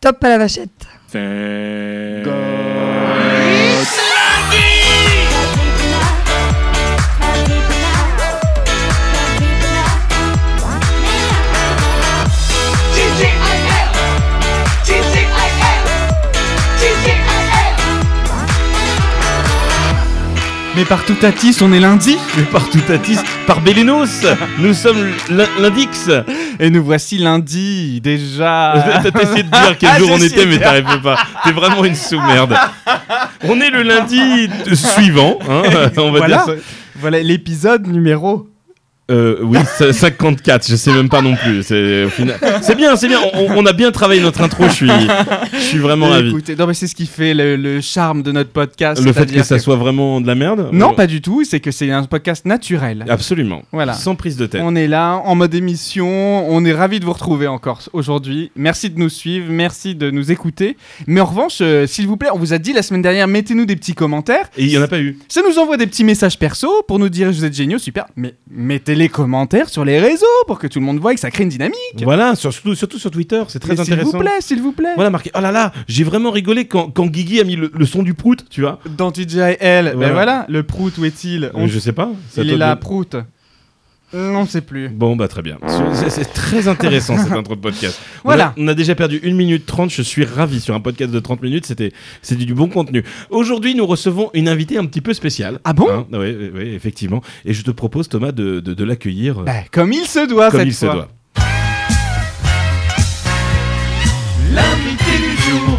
Top à la vachette. Mais partout Tatis, on est lundi Mais partout Tatis, par Bélénos Nous sommes l- l'Indix Et nous voici lundi, déjà T'as essayé de dire quel Ah, jour on j'essayais était, mais de- t'arrives pas. T'es vraiment une sous-merde. On est le lundi t- suivant, hein, on va Voilà, dire ça. voilà l'épisode numéro... Euh, oui, ça- 54, je sais même pas non plus. C'est au final- c'est bien, c'est bien, on, on a bien travaillé notre intro, je suis, je suis vraiment Et ravi. écoutez, non mais c'est ce qui fait le, le charme de notre podcast. Le fait c'est-à-dire que ça soit vraiment de la merde Non, euh, pas du tout, c'est que c'est un podcast naturel. Ah, Absolument. Voilà. Sans prise de tête. On est là, en mode émission, on est ravis de vous retrouver encore aujourd'hui. Merci de nous suivre, merci de nous écouter. Mais en revanche, euh, s'il vous plaît, on vous a dit la semaine dernière, mettez-nous des petits commentaires. Et il y en a pas eu. Ça nous envoie des petits messages perso pour nous dire vous êtes géniaux, super. Mais mettez les commentaires sur les réseaux pour que tout le monde voit et que ça crée une dynamique. Voilà, sur- surtout, surtout sur Twitter, c'est très Mais intéressant. S'il vous plaît, s'il vous plaît. Voilà, marqué. Oh là là, j'ai vraiment rigolé quand, quand Guigui a mis le, le son du prout, tu vois. Dans TGIL, ben Voilà. voilà, le prout où est-il On- Euh, Je sais pas. c'est à Il toi est de- là, prout. On ne sait plus. Bon, bah très bien. C'est- C'est très intéressant cette intro de podcast. On a- Voilà. On a, déjà perdu 1 minute 30, je suis ravi sur un podcast de 30 minutes, c'était c'est du, du bon contenu. Aujourd'hui, nous recevons une invitée un petit peu spéciale. Ah bon Hein, ouais, ouais, ouais, effectivement. Et je te propose, Thomas, de, de- de l'accueillir euh, Ben, comme il se doit comme cette il se fois. doit.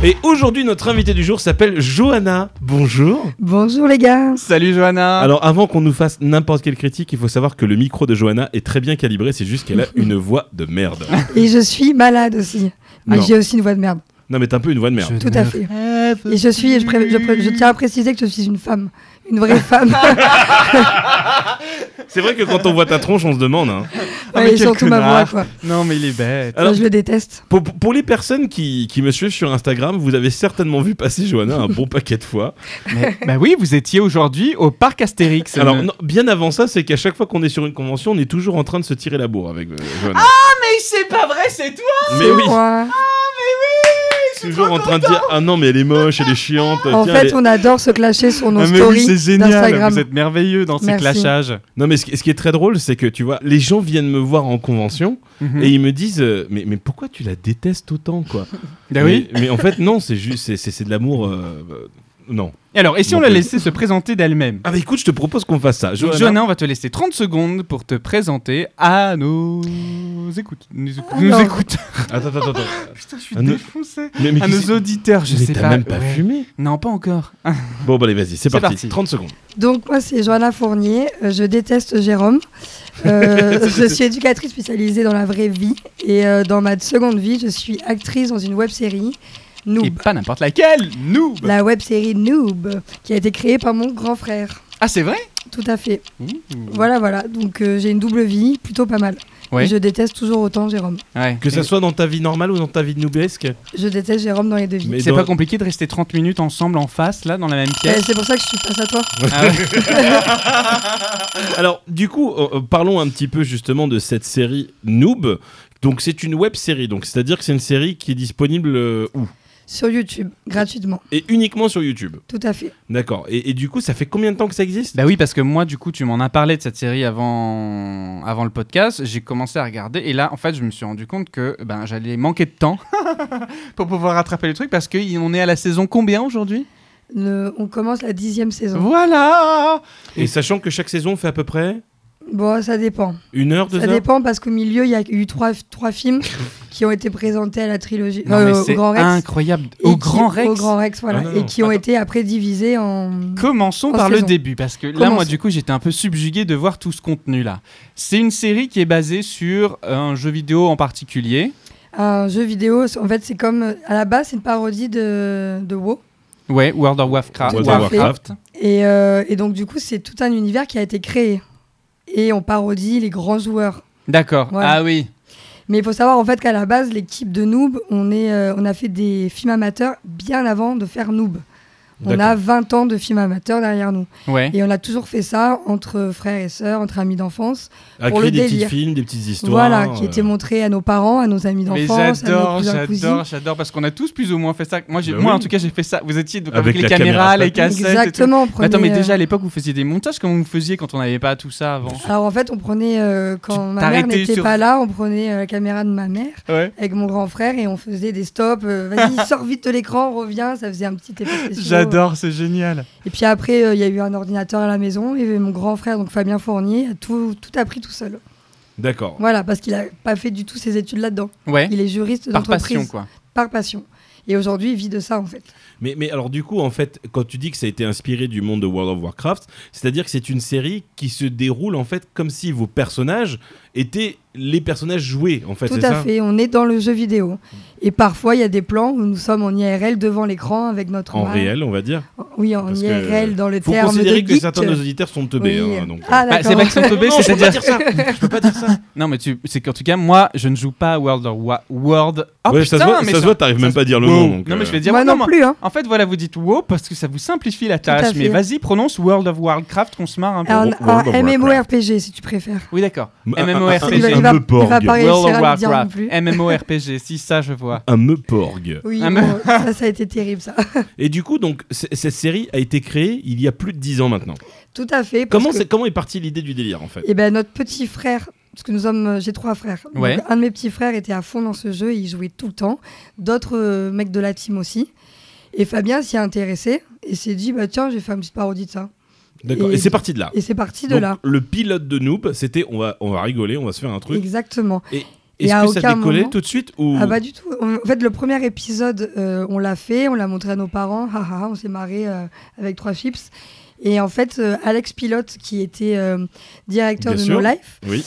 Et aujourd'hui, notre invité du jour s'appelle Johanna. Bonjour. Bonjour les gars. Salut Johanna. Alors avant qu'on nous fasse n'importe quelle critique, il faut savoir que le micro de Johanna est très bien calibré, c'est juste qu'elle a une voix de merde. Et je suis malade aussi. Mais Non. j'ai aussi une voix de merde. Non mais t'as un peu une voix de merde. Tout à fait. Et je suis, et je, pré- je pré- je tiens à préciser que je suis une femme. Une vraie femme. Ah, C'est vrai que quand on voit ta tronche, on se demande. hein. Ah, mais Ouais, et quel surtout ma voix, connard. quoi. Non mais il est bête. Alors- Moi, je le déteste. Pour, pour les personnes qui, qui me suivent sur Instagram, vous avez certainement vu passer Johanna un bon paquet de fois. Mais- bah oui, vous étiez aujourd'hui au parc Astérix. Alors Euh, non, bien avant ça, c'est qu'à chaque fois qu'on est sur une convention, on est toujours en train de se tirer la bourre avec euh, Johanna. Ah, Mais c'est pas vrai, c'est toi. mais oui, Moi. toujours en train de dire ah non mais elle est moche, elle est chiante. En tiens, elle fait, est- on adore se clasher sur nos Euh, Ah, mais oui, stories c'est génial. d'Instagram. Vous êtes merveilleux dans ces Merci. clashages. Non mais ce, qui- ce qui est très drôle, c'est que tu vois, les gens viennent me voir en convention Hmm. et ils me disent euh, mais mais pourquoi tu la détestes autant quoi Bah oui. Mais, mais en fait, non, c'est juste, c'est- c'est c'est de l'amour. euh, euh, non. Alors, et si on Donc, la euh, laissait se présenter d'elle-même Ah bah écoute, je te propose qu'on fasse ça. Johanna. Johanna. on va te laisser 30 secondes pour te présenter à nos écoutes. Nous, écoute- Ah, nous non. écoute. Attends, attends, attends. Putain, je suis À nos- défoncé. Mais, mais À qui nos c'est- auditeurs, je Mais sais t'as pas. même pas Ouais. fumé Non, pas encore. Ah, Bon, bah allez, vas-y, c'est C'est parti. parti. 30 secondes. Donc moi c'est Johanna Fournier, Euh, je déteste Jérôme. Euh, je suis éducatrice spécialisée dans la vraie vie et euh, dans ma seconde vie je suis actrice dans une web série Et Noob. pas n'importe laquelle. Nous. La web série Noob qui a été créée par mon grand frère. Ah, c'est vrai Tout à fait. Mmh. Voilà voilà, donc euh, j'ai une double vie plutôt pas mal. Ouais. Et Je déteste toujours autant Jérôme. Ouais. Que ça soit dans ta vie normale ou dans ta vie de noobesque. Je déteste Jérôme dans les deux vies. Mais C'est dans- pas compliqué de rester 30 minutes ensemble en face, là, dans la même Euh, pièce. c'est pour ça que je suis face à toi. Ah ouais. Alors, du coup, euh, euh, parlons un petit peu justement de cette série Noob. Donc, c'est une web série. Donc, c'est-à-dire que c'est une série qui est disponible euh, où Sur YouTube, gratuitement, Et uniquement sur YouTube. tout à fait. D'accord. Et, et du coup, ça fait combien de temps que ça existe Bah oui, parce que moi, du coup, tu m'en as parlé de cette série avant, avant le podcast. J'ai commencé à regarder et là, en fait, je me suis rendu compte que ben, j'allais manquer de temps pour pouvoir rattraper le truc parce qu'on est à la saison combien aujourd'hui Le- on commence la dixième saison. Voilà Et sachant que chaque saison fait à peu près Bon, ça dépend. une heure, deux Ça heures dépend parce qu'au milieu, il y a eu trois, trois films qui ont été présentés à la trilogie Non, euh, mais au c'est Grand Rex. incroyable. et Au qui- Grand Rex Au Grand Rex, voilà. Ah, non, non. Et qui ont été après divisés en. Commençons En par le saison. début, parce que là, Commençons. moi, du coup, j'étais un peu subjugué de voir tout ce contenu-là. C'est une série qui est basée sur un jeu vidéo en particulier. Un jeu vidéo. En fait, c'est comme. euh, À la base, c'est une parodie de, de WoW. Ouais, World of Warcraft. World of Warcraft. Et, euh, et donc, du coup, c'est tout un univers qui a été créé. Et on parodie les grands joueurs. D'accord. Ouais. Ah oui. Mais il faut savoir en fait qu'à la base, l'équipe de Noob, on, est, euh, on a fait des films amateurs bien avant de faire Noob. On a 20 ans de films amateurs derrière nous. Ouais. Et on a toujours fait ça entre frères et sœurs, entre amis d'enfance. À pour créer le des délire. petits films, des petites histoires. Voilà, qui euh, étaient montrés à nos parents, à nos amis Mais d'enfance, à nos j'adore, cousins, j'adore, cousines. j'adore parce qu'on a tous plus ou moins fait ça. Moi, j'ai, Bah moi oui. en tout cas, j'ai fait ça. Vous étiez donc, Avec avec, les la caméras, caméra les statique. cassettes. et tout. Exactement. on Mais attends, mais prenait, euh, déjà à l'époque, vous faisiez des montages. Comment vous faisiez quand on n'avait pas tout ça avant Alors en fait, on prenait, euh, Tu quand ma t'arrêtais mère n'était sur- pas là, on prenait euh, la caméra de ma mère Ouais. avec mon grand frère et on faisait des stops. euh, Vas-y, sors vite de l'écran, reviens. Ça faisait un petit effet spécial. J'adore, c'est génial. Et puis après, euh, il y a eu un ordinateur à la maison et mon grand frère, donc Fabien Fournier, a tout, tout appris tout seul. D'accord. Voilà, parce qu'il a pas fait du tout ses études là-dedans. Ouais. Il est juriste Par d'entreprise. passion, quoi. Par passion. Et aujourd'hui, il vit de ça en fait. Mais, mais alors du coup, en fait, quand tu dis que ça a été inspiré du monde de World of Warcraft, c'est-à-dire que c'est une série qui se déroule en fait comme si vos personnages étaient les personnages joués, en fait, Tout c'est à ça fait, on est dans le jeu vidéo. Mm. Et parfois, il y a des plans où nous sommes en IRL devant l'écran avec notre. En main. réel, on va dire. Oui, en Parce que IRL, dans le Faut terme de considérer que geek. certains de nos auditeurs sont teubés. Oui. hein, donc, euh. Ah, Bah, c'est d'accord. pas qu'ils sont tombés, Non, je peux pas c'est-à-dire. dire ça. Je peux pas dire ça. Non, mais tu... c'est qu'en tout cas, moi, je ne joue pas à World of Wa- World. Oh, euh. ouais, putain, ça se voit, mais ça se voit, t'arrives ça même se- pas à dire le Wow. nom. donc, Non, mais euh, je vais dire. Moi non, non mais- plus, hein. En fait, voilà, vous dites wow parce que ça vous simplifie la à tâche. fait. Mais vas-y, prononce World of Warcraft qu'on se marre un peu. Un, World of un Warcraft. MMORPG, si tu préfères. Oui, d'accord. un- un- MMORPG. un- Il va- Ah, un il va- Oh, me il va porg. pas réussir World of à le dire non Warcraft, Eh. plus. MMORPG, si ça je vois. Un me porg. Oui, Ah, bon, mais- ça, ça a été terrible, ça. Et du coup, donc, c- cette série a été créée il y a plus de 10 ans maintenant. Tout à fait. parce Comment, que- c'est- comment est partie l'idée du délire, en fait Eh ben, notre petit frère, parce que nous sommes, euh, j'ai trois frères. Donc, Ouais. un de mes petits frères était à fond dans ce jeu, il jouait tout le temps. D'autres euh, mecs de la team aussi. Et Fabien s'y est intéressé et s'est dit, bah tiens, j'ai fait une petite parodie de ça. D'accord. Et, et- c'est parti de là. Et c'est parti de Donc, là. Le pilote de Noob, c'était on va, on va rigoler, on va se faire un truc. Exactement. et à Est-ce que ça aucun décollait moment- tout de suite ou Ah bah du tout. En fait, le premier épisode, euh, on l'a fait, on l'a montré à nos parents, Ah, ah, ah, on s'est marré euh, avec trois chips. Et en fait, euh, Alex Pilote, qui était euh, directeur Bien de sûr. No Life, Oui.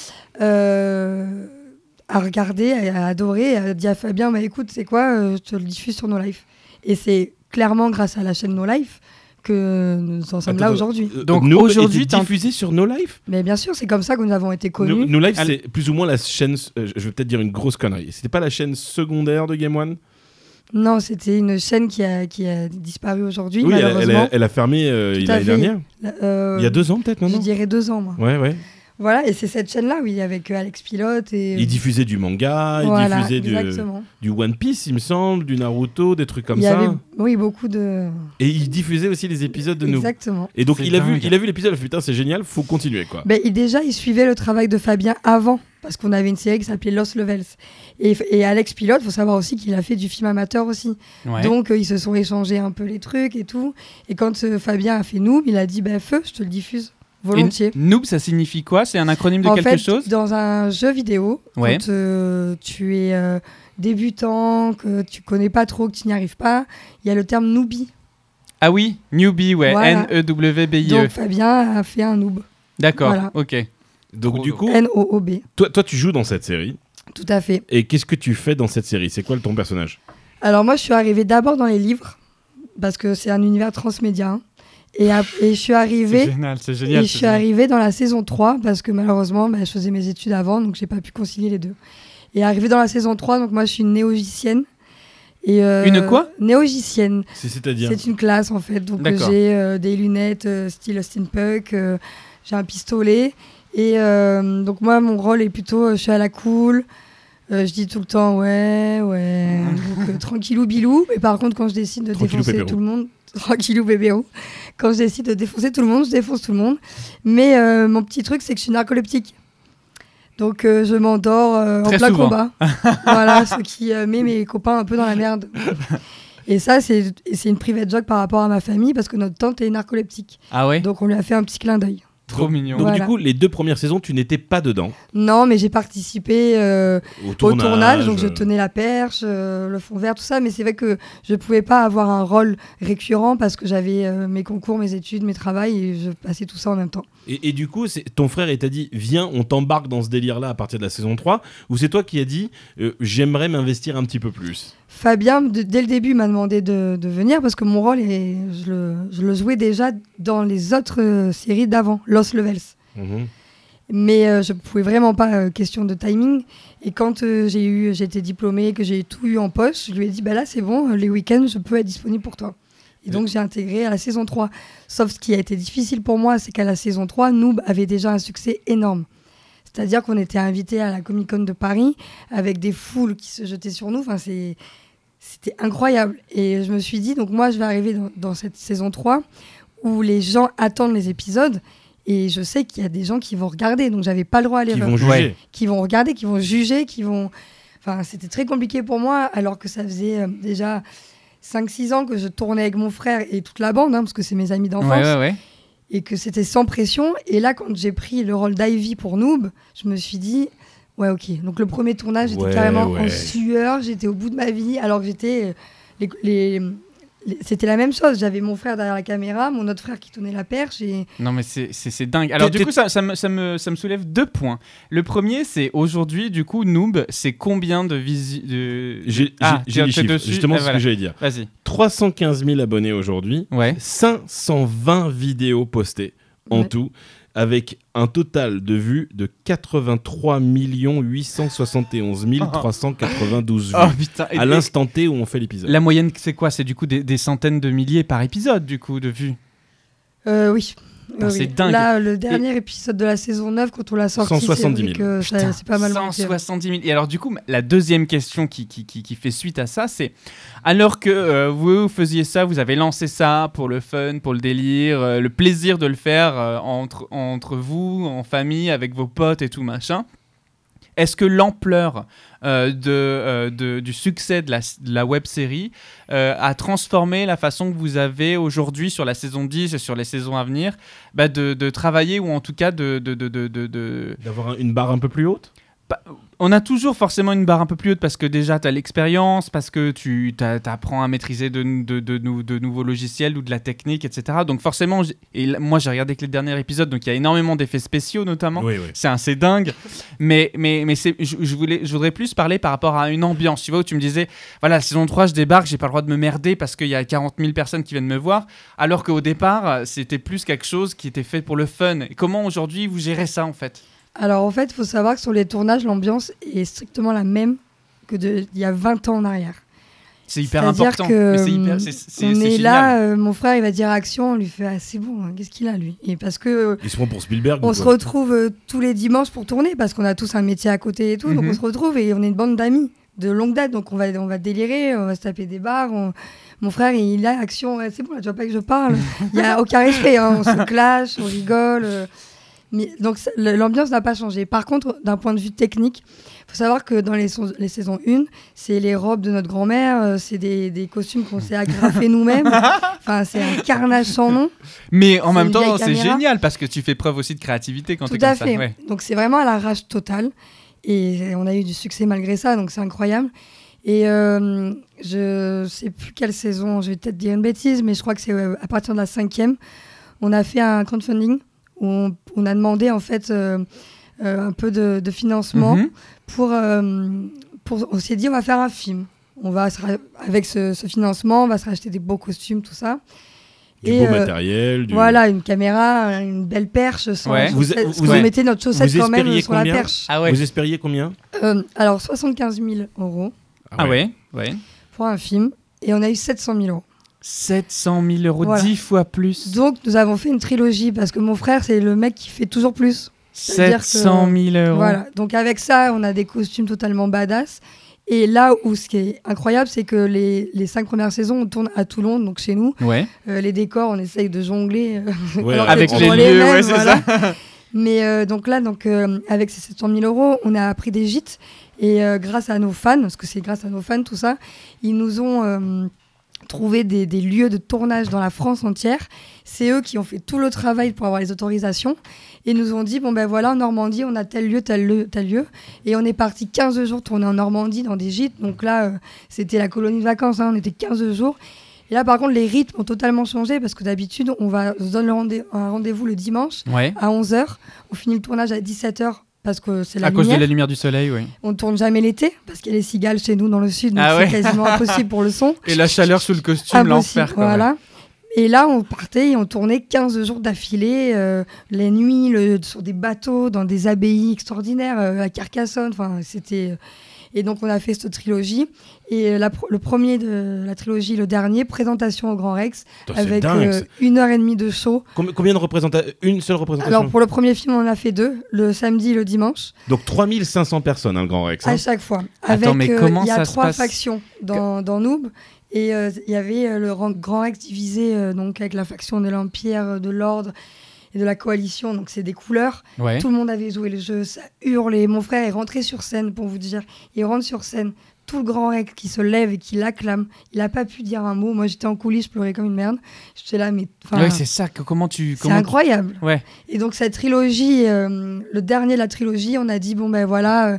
euh, a regardé, a, a adoré, a dit à Fabien, bah écoute, c'est quoi, euh, je te le diffuse sur No Life. Et c'est clairement grâce à la chaîne No Life que nous en sommes Attends, là attends, aujourd'hui. euh, Donc, Noob aujourd'hui, était t'as- diffusé sur No Life Mais bien sûr, c'est comme ça que nous avons été No, connus. No Life, Elle- c'est plus ou moins la chaîne. euh, je vais peut-être dire une grosse connerie. C'était pas la chaîne secondaire de Game One Non, c'était une chaîne qui a, qui a disparu aujourd'hui, elle, a- elle, a, malheureusement. elle a fermé euh, Tout à fait. l'année dernière. Euh, Il y a deux ans, peut-être Je maintenant dirais deux ans, moi. Ouais, ouais. Voilà, et c'est cette chaîne-là, oui, avec euh, Alex Pilote et. Il diffusait du manga, il Voilà, diffusait du, exactement. du One Piece, il me semble, du Naruto, des trucs comme il y ça. avait, oui, beaucoup de. Et il diffusait aussi les épisodes de Noob. Exactement. Et donc C'est il a, vu, dingue. il a vu l'épisode, il a fait, putain c'est génial, faut continuer quoi. Ben, et déjà, il suivait le travail de Fabien avant, parce qu'on avait une série qui s'appelait Lost Levels. Et, et Alex Pilote, faut savoir aussi qu'il a fait du film amateur aussi. Ouais. Donc, euh, ils se sont échangés un peu les trucs et tout. Et quand euh, Fabien a fait Noob, il a dit ben Feu, je te le diffuse Et volontiers. noob, ça signifie quoi C'est un acronyme de en quelque fait, chose dans un jeu vidéo, Ouais. quand euh, tu es euh, débutant, que tu connais pas trop, que tu n'y arrives pas, il y a le terme noobie. Ah oui, newbie, ouais. E Voilà. N-E-W-B-I-E. Donc Fabien a fait un noob, D'accord, voilà. ok. Donc Trop du drôle. Euh, coup, N-O-O-B, toi, toi tu joues dans cette série, tout à fait. et qu'est-ce que tu fais dans cette série C'est quoi ton personnage Alors moi, je suis arrivée d'abord dans les livres, parce que c'est un univers transmédia. hein. Et, ap- et je suis arrivée... génial, c'est Et je suis arrivée dans la saison 3 parce que malheureusement, bah, je faisais mes études avant, donc j'ai pas pu concilier les deux. Et arrivée dans la saison 3, donc moi je suis une néogicienne. Et euh, Une quoi Néogicienne. C'est- C'est-à-dire C'est une classe en fait. Donc euh, D'accord. j'ai euh, des lunettes euh, style steampunk, euh, j'ai un pistolet. Et euh, donc moi, mon rôle est plutôt, euh, je suis à la cool. euh, je dis tout le temps ouais, ouais, donc, euh, tranquillou bilou. Et par contre, quand je décide de Tranquillou défoncer bébérou. tout le monde, tranquillou bébérou, quand je décide de défoncer tout le monde, je défonce tout le monde. Mais euh, mon petit truc, c'est que je suis narcoleptique. Donc euh, je m'endors euh, en Très plein souvent. combat. voilà, ce qui euh, met mes copains un peu dans la merde. Et ça, c'est et c'est une private joke par rapport à ma famille parce que notre tante est narcoleptique. Ah ouais Donc on lui a fait un petit clin d'œil. Trop mignon. Donc du Voilà. coup, les deux premières saisons, tu n'étais pas dedans. Non, mais j'ai participé euh, Au au tournage, tournage, donc je euh, tenais la perche, euh, le fond vert, tout ça. Mais c'est vrai que je pouvais pas avoir un rôle récurrent parce que j'avais euh, mes concours, mes études, mes travails et je passais tout ça en même temps. Et, et du coup, c'est- ton frère, il t'a dit, viens, on t'embarque dans ce délire-là à partir de la saison 3, ou c'est toi qui as dit, euh, j'aimerais m'investir un petit peu plus Fabien, de- dès le début, m'a demandé de, de venir parce que mon rôle, est, je, le, je le jouais déjà dans les autres euh, séries d'avant, Lost Levels. Mhm. Mais euh, je pouvais vraiment pas, euh, question de timing. Et quand euh, j'ai eu, j'étais diplômée, que j'ai tout eu en poche, je lui ai dit, bah là c'est bon, euh, les week-ends, je peux être disponible pour toi. Et donc j'ai intégré à la saison 3. Sauf ce qui a été difficile pour moi, c'est qu'à la saison 3, Noob avait déjà un succès énorme. C'est-à-dire qu'on était invité à la Comic Con de Paris avec des foules qui se jetaient sur nous. Enfin, c'est- c'était incroyable. Et je me suis dit, donc moi, je vais arriver dans, dans cette saison 3 où les gens attendent les épisodes et je sais qu'il y a des gens qui vont regarder. Donc j'avais pas le droit à Qui l'erreur vont juger. Ouais. qui vont regarder, qui vont juger, qui vont. Enfin, c'était très compliqué pour moi, alors que ça faisait euh, déjà 5-6 ans que je tournais avec mon frère et toute la bande, hein, parce que c'est mes amis d'enfance, Ouais, ouais, ouais. et que c'était sans pression. Et là, quand j'ai pris le rôle d'Ivy pour Noob, je me suis dit, ouais, ok. Donc, le premier tournage, j'étais Ouais, carrément en ouais. sueur, j'étais au bout de ma vie, alors que j'étais. euh, les- les- les- C'était la même chose. J'avais mon frère derrière la caméra, mon autre frère qui tenait la perche, et Non mais c'est- c'est c'est dingue. Alors T'es- du t'es- coup ça, ça, me, ça, me, ça me soulève deux points. Le premier c'est aujourd'hui du coup Noob c'est combien de visi... De... J'ai Ah, j'ai- j'ai t'es- les t'es chiffres. dessus, Justement, ah, c'est ce voilà. que j'allais dire. Vas-y. 315 000 abonnés aujourd'hui, Ouais. 520 vidéos postées en Ouais. tout, avec un total de vues de 83 871 392 vues. Oh putain. Et- à l'instant T où on fait l'épisode. La moyenne c'est quoi C'est du coup des, des centaines de milliers par épisode du coup de vues. Euh, oui. Putain, Oui, Ah, c'est oui. dingue. Là, le dernier épisode de la saison 9, quand on l'a sorti, c'est vrai 170 000. que ça- Putain, c'est pas mal. monté. 170 000. Et alors, du coup, la deuxième question qui, qui, qui, qui fait suite à ça, c'est alors que euh, vous, vous faisiez ça, vous avez lancé ça pour le fun, pour le délire, euh, le plaisir de le faire euh, entre, entre vous, en famille, avec vos potes et tout machin. Est-ce que l'ampleur euh, de, euh, de- du succès de la, de la web série euh, a transformé la façon que vous avez aujourd'hui sur la saison 10 et sur les saisons à venir bah, de, de travailler ou en tout cas de- de- de- de- de, de, D'avoir un- une barre un peu plus haute on a toujours forcément une barre un peu plus haute parce que déjà tu as l'expérience, parce que tu apprends à maîtriser de, de, de, nou- de nouveaux logiciels ou de la technique, etc. Donc forcément, j'- et là, moi j'ai regardé que les derniers épisodes, donc il y a énormément d'effets spéciaux notamment. Oui, oui. C'est assez dingue, mais, mais, mais c'est- je, je voulais, je voudrais plus parler par rapport à une ambiance. Tu vois, où tu me disais, voilà, la saison 3, je débarque, j'ai pas le droit de me merder parce qu'il y a 40 000 personnes qui viennent me voir, alors qu'au départ, euh, c'était plus quelque chose qui était fait pour le fun. Comment aujourd'hui vous gérez ça en fait Alors, en fait, il faut savoir que sur les tournages, l'ambiance est strictement la même que de- il y a 20 ans en arrière. C'est hyper C'est-à-dire important. que, hum, mais c'est hyper- c'est- c'est- on c'est est, génial. là, euh, mon frère, il va dire action, on lui fait ah, c'est bon, hein, qu'est-ce qu'il a lui Et parce que euh, Ils se prend pour Spielberg. on ou se quoi retrouve euh, tous les dimanches pour tourner parce qu'on a tous un métier à côté et tout, donc Mhm. on se retrouve et on est une bande d'amis de longue date, donc on va, on va délirer, on va se taper des barres. on- Mon frère, il a action, ouais, c'est bon, là, tu vois pas que je parle. Il y a aucun respect, hein, on se clash, on rigole. euh, Mais, donc ça- le- l'ambiance n'a pas changé. Par contre, d'un point de vue technique, faut savoir que dans les, saisons- les saisons 1, c'est les robes de notre grand-mère, euh, c'est des, des costumes qu'on s'est agrafés nous-mêmes. Enfin, c'est un carnage sans nom. Mais en C'est même une temps, vieille c'est caméra. génial parce que tu fais preuve aussi de créativité quand tu Tout es à comme fait. ça. ouais. Donc c'est vraiment à la rage totale. Et on a eu du succès malgré ça, donc c'est incroyable. Et euh, je sais plus quelle saison, je vais peut-être dire une bêtise, mais je crois que c'est euh, à partir de la cinquième, on a fait un crowdfunding où on, on a demandé en fait euh, euh, un peu de, de financement Mhm. pour, euh, pour- On s'est dit, on va faire un film. On va se ra- avec ce, ce financement, on va se racheter des beaux costumes, tout ça. Du Et, beau euh, matériel. du- Voilà, une caméra, une belle perche. Sans Ouais. chaussette, Vous- parce vous- qu'on ouais. mettait notre chaussette Vous quand même espériez sur la combien perche. Ah ouais. Vous espériez combien Euh, alors, 75 000 euros Ah ouais. ouais. pour un film. Et on a eu 700 000 euros. 700 000 euros, Voilà. 10 fois plus. Donc, nous avons fait une trilogie parce que mon frère, c'est le mec qui fait toujours plus. veut dire 700 000 euros. Voilà. Donc, avec ça, on a des costumes totalement badass. Et là où ce qui est incroyable, c'est que les, les cinq premières saisons, on tourne à Toulon, donc chez nous. Ouais. Euh, les décors, on essaye de jongler. euh, Ouais, Alors, Avec on les les lieux, mêmes, ouais, c'est voilà. ça. Mais euh, donc là, donc, euh, avec ces 700 000 euros, on a pris des gîtes. Et euh, grâce à nos fans, parce que c'est grâce à nos fans tout ça, ils nous ont euh, trouvé des, des lieux de tournage dans la France entière. C'est eux qui ont fait tout le travail pour avoir les autorisations. Et ils nous ont dit, bon ben voilà, en Normandie, on a tel lieu, tel lieu, tel lieu. Et on est parti 15 jours tourner en Normandie dans des gîtes. Donc là, euh, c'était la colonie de vacances, hein, on était 15 jours. Et là, par contre, les rythmes ont totalement changé parce que d'habitude, on, va- on se donne le rendez- un rendez-vous le dimanche Ouais. à 11h. On finit le tournage à 17h parce que c'est la à cause de lumière. la lumière du soleil, oui. On tourne jamais l'été parce qu'il y a les cigales chez nous dans le sud, donc Ah c'est ouais. quasiment impossible pour le son. Ah, Et la chaleur sous le costume, l'enfer. quoi, ouais. voilà. Et là, on partait et on tournait 15 jours d'affilée, euh, les nuits, le- sur des bateaux, dans des abbayes extraordinaires, euh, à Carcassonne. Enfin, c'était. Et donc, on a fait cette trilogie. Et la pro- le premier de la trilogie, le dernier, présentation au Grand Rex, Putain, Oh, c'est avec dingue. euh, c'est- une heure et demie de show. Combi- Combien de représentations Une seule représentation Alors, pour le premier film, on en a fait deux, le samedi et le dimanche, Donc 3500 personnes, hein, le Grand Rex. hein. à chaque fois. Attends, mais avec, euh, comment Il y a ça se trois passe factions dans, dans Noob. Et euh, il y avait euh, le Ran- Grand Rex divisé euh, donc avec la faction de l'Empire, euh, de l'Ordre et de la Coalition. Donc, c'est des couleurs. Ouais. Tout le monde avait joué le jeu, ça hurlait. Mon frère est rentré sur scène pour vous dire. Il rentre sur scène, tout le grand Rex qui se lève et qui l'acclame. Il n'a pas pu dire un mot. Moi, j'étais en coulisses, je pleurais comme une merde. J'étais là, mais. enfin, Ouais, c'est ça. que- comment tu. c'est Comment tu- incroyable. Ouais. Et donc, cette trilogie, euh, le dernier de la trilogie, on a dit bon, ben voilà, euh,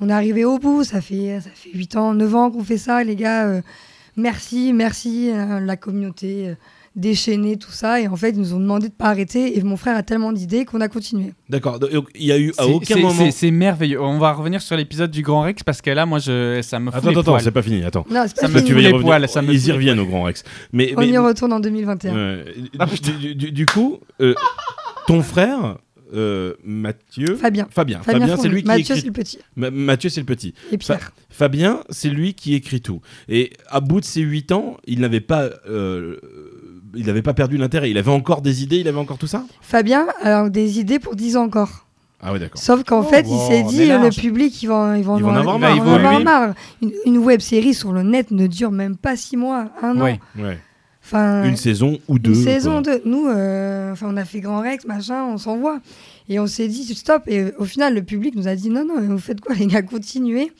on est arrivé au bout. Ça fait, ça fait 8 ans, 9 ans qu'on fait ça, les gars. euh, merci, merci, euh, la communauté. euh, déchaînée, tout ça et en fait ils nous ont demandé de pas arrêter et mon frère a tellement d'idées qu'on a continué D'accord. Donc, Il y a eu à C'est- aucun c'est- moment. c'est- C'est merveilleux. On va revenir sur l'épisode du Grand Rex parce que là, moi, je, ça me fout Attends, les attends, attends, poils. c'est pas fini. Attends. non c'est Ça pas me Bah, fini. tu vas y les revenir. poils, ça me fout Ils les y reviennent au Grand Rex. Mais, On mais- y retourne en 2021. euh, du, du- du coup, euh, ton frère, euh, Mathieu. Fabien. Fabien, Fabien. Fabien, c'est Fournier. lui qui Mathieu, c'est écrit. le petit. Ma- Mathieu, c'est le petit. Et Pierre. Fabien, c'est lui qui écrit tout. Et à bout de ses 8 ans, il n'avait pas, euh, il n'avait pas perdu l'intérêt. Il avait encore des idées, il avait encore tout ça Fabien, alors des idées pour 10 ans encore. Ah ouais, d'accord. Sauf qu'en Oh, fait, wow, il s'est on dit est euh, le large. public, ils vont, ils vont, Ils vont en avoir hein. marre, ils vont ils en vont avoir évoluer. marre. Une, une web série sur le net ne dure même pas 6 mois, un an. Ouais. Ouais. Enfin, Une saison ou deux. Une saison, quoi. deux. Nous, euh, enfin, on a fait Grand Rex, machin, on s'envoie. Et on s'est dit, stop. Et euh, au final, le public nous a dit, non, non, mais vous faites quoi, les gars, continuez.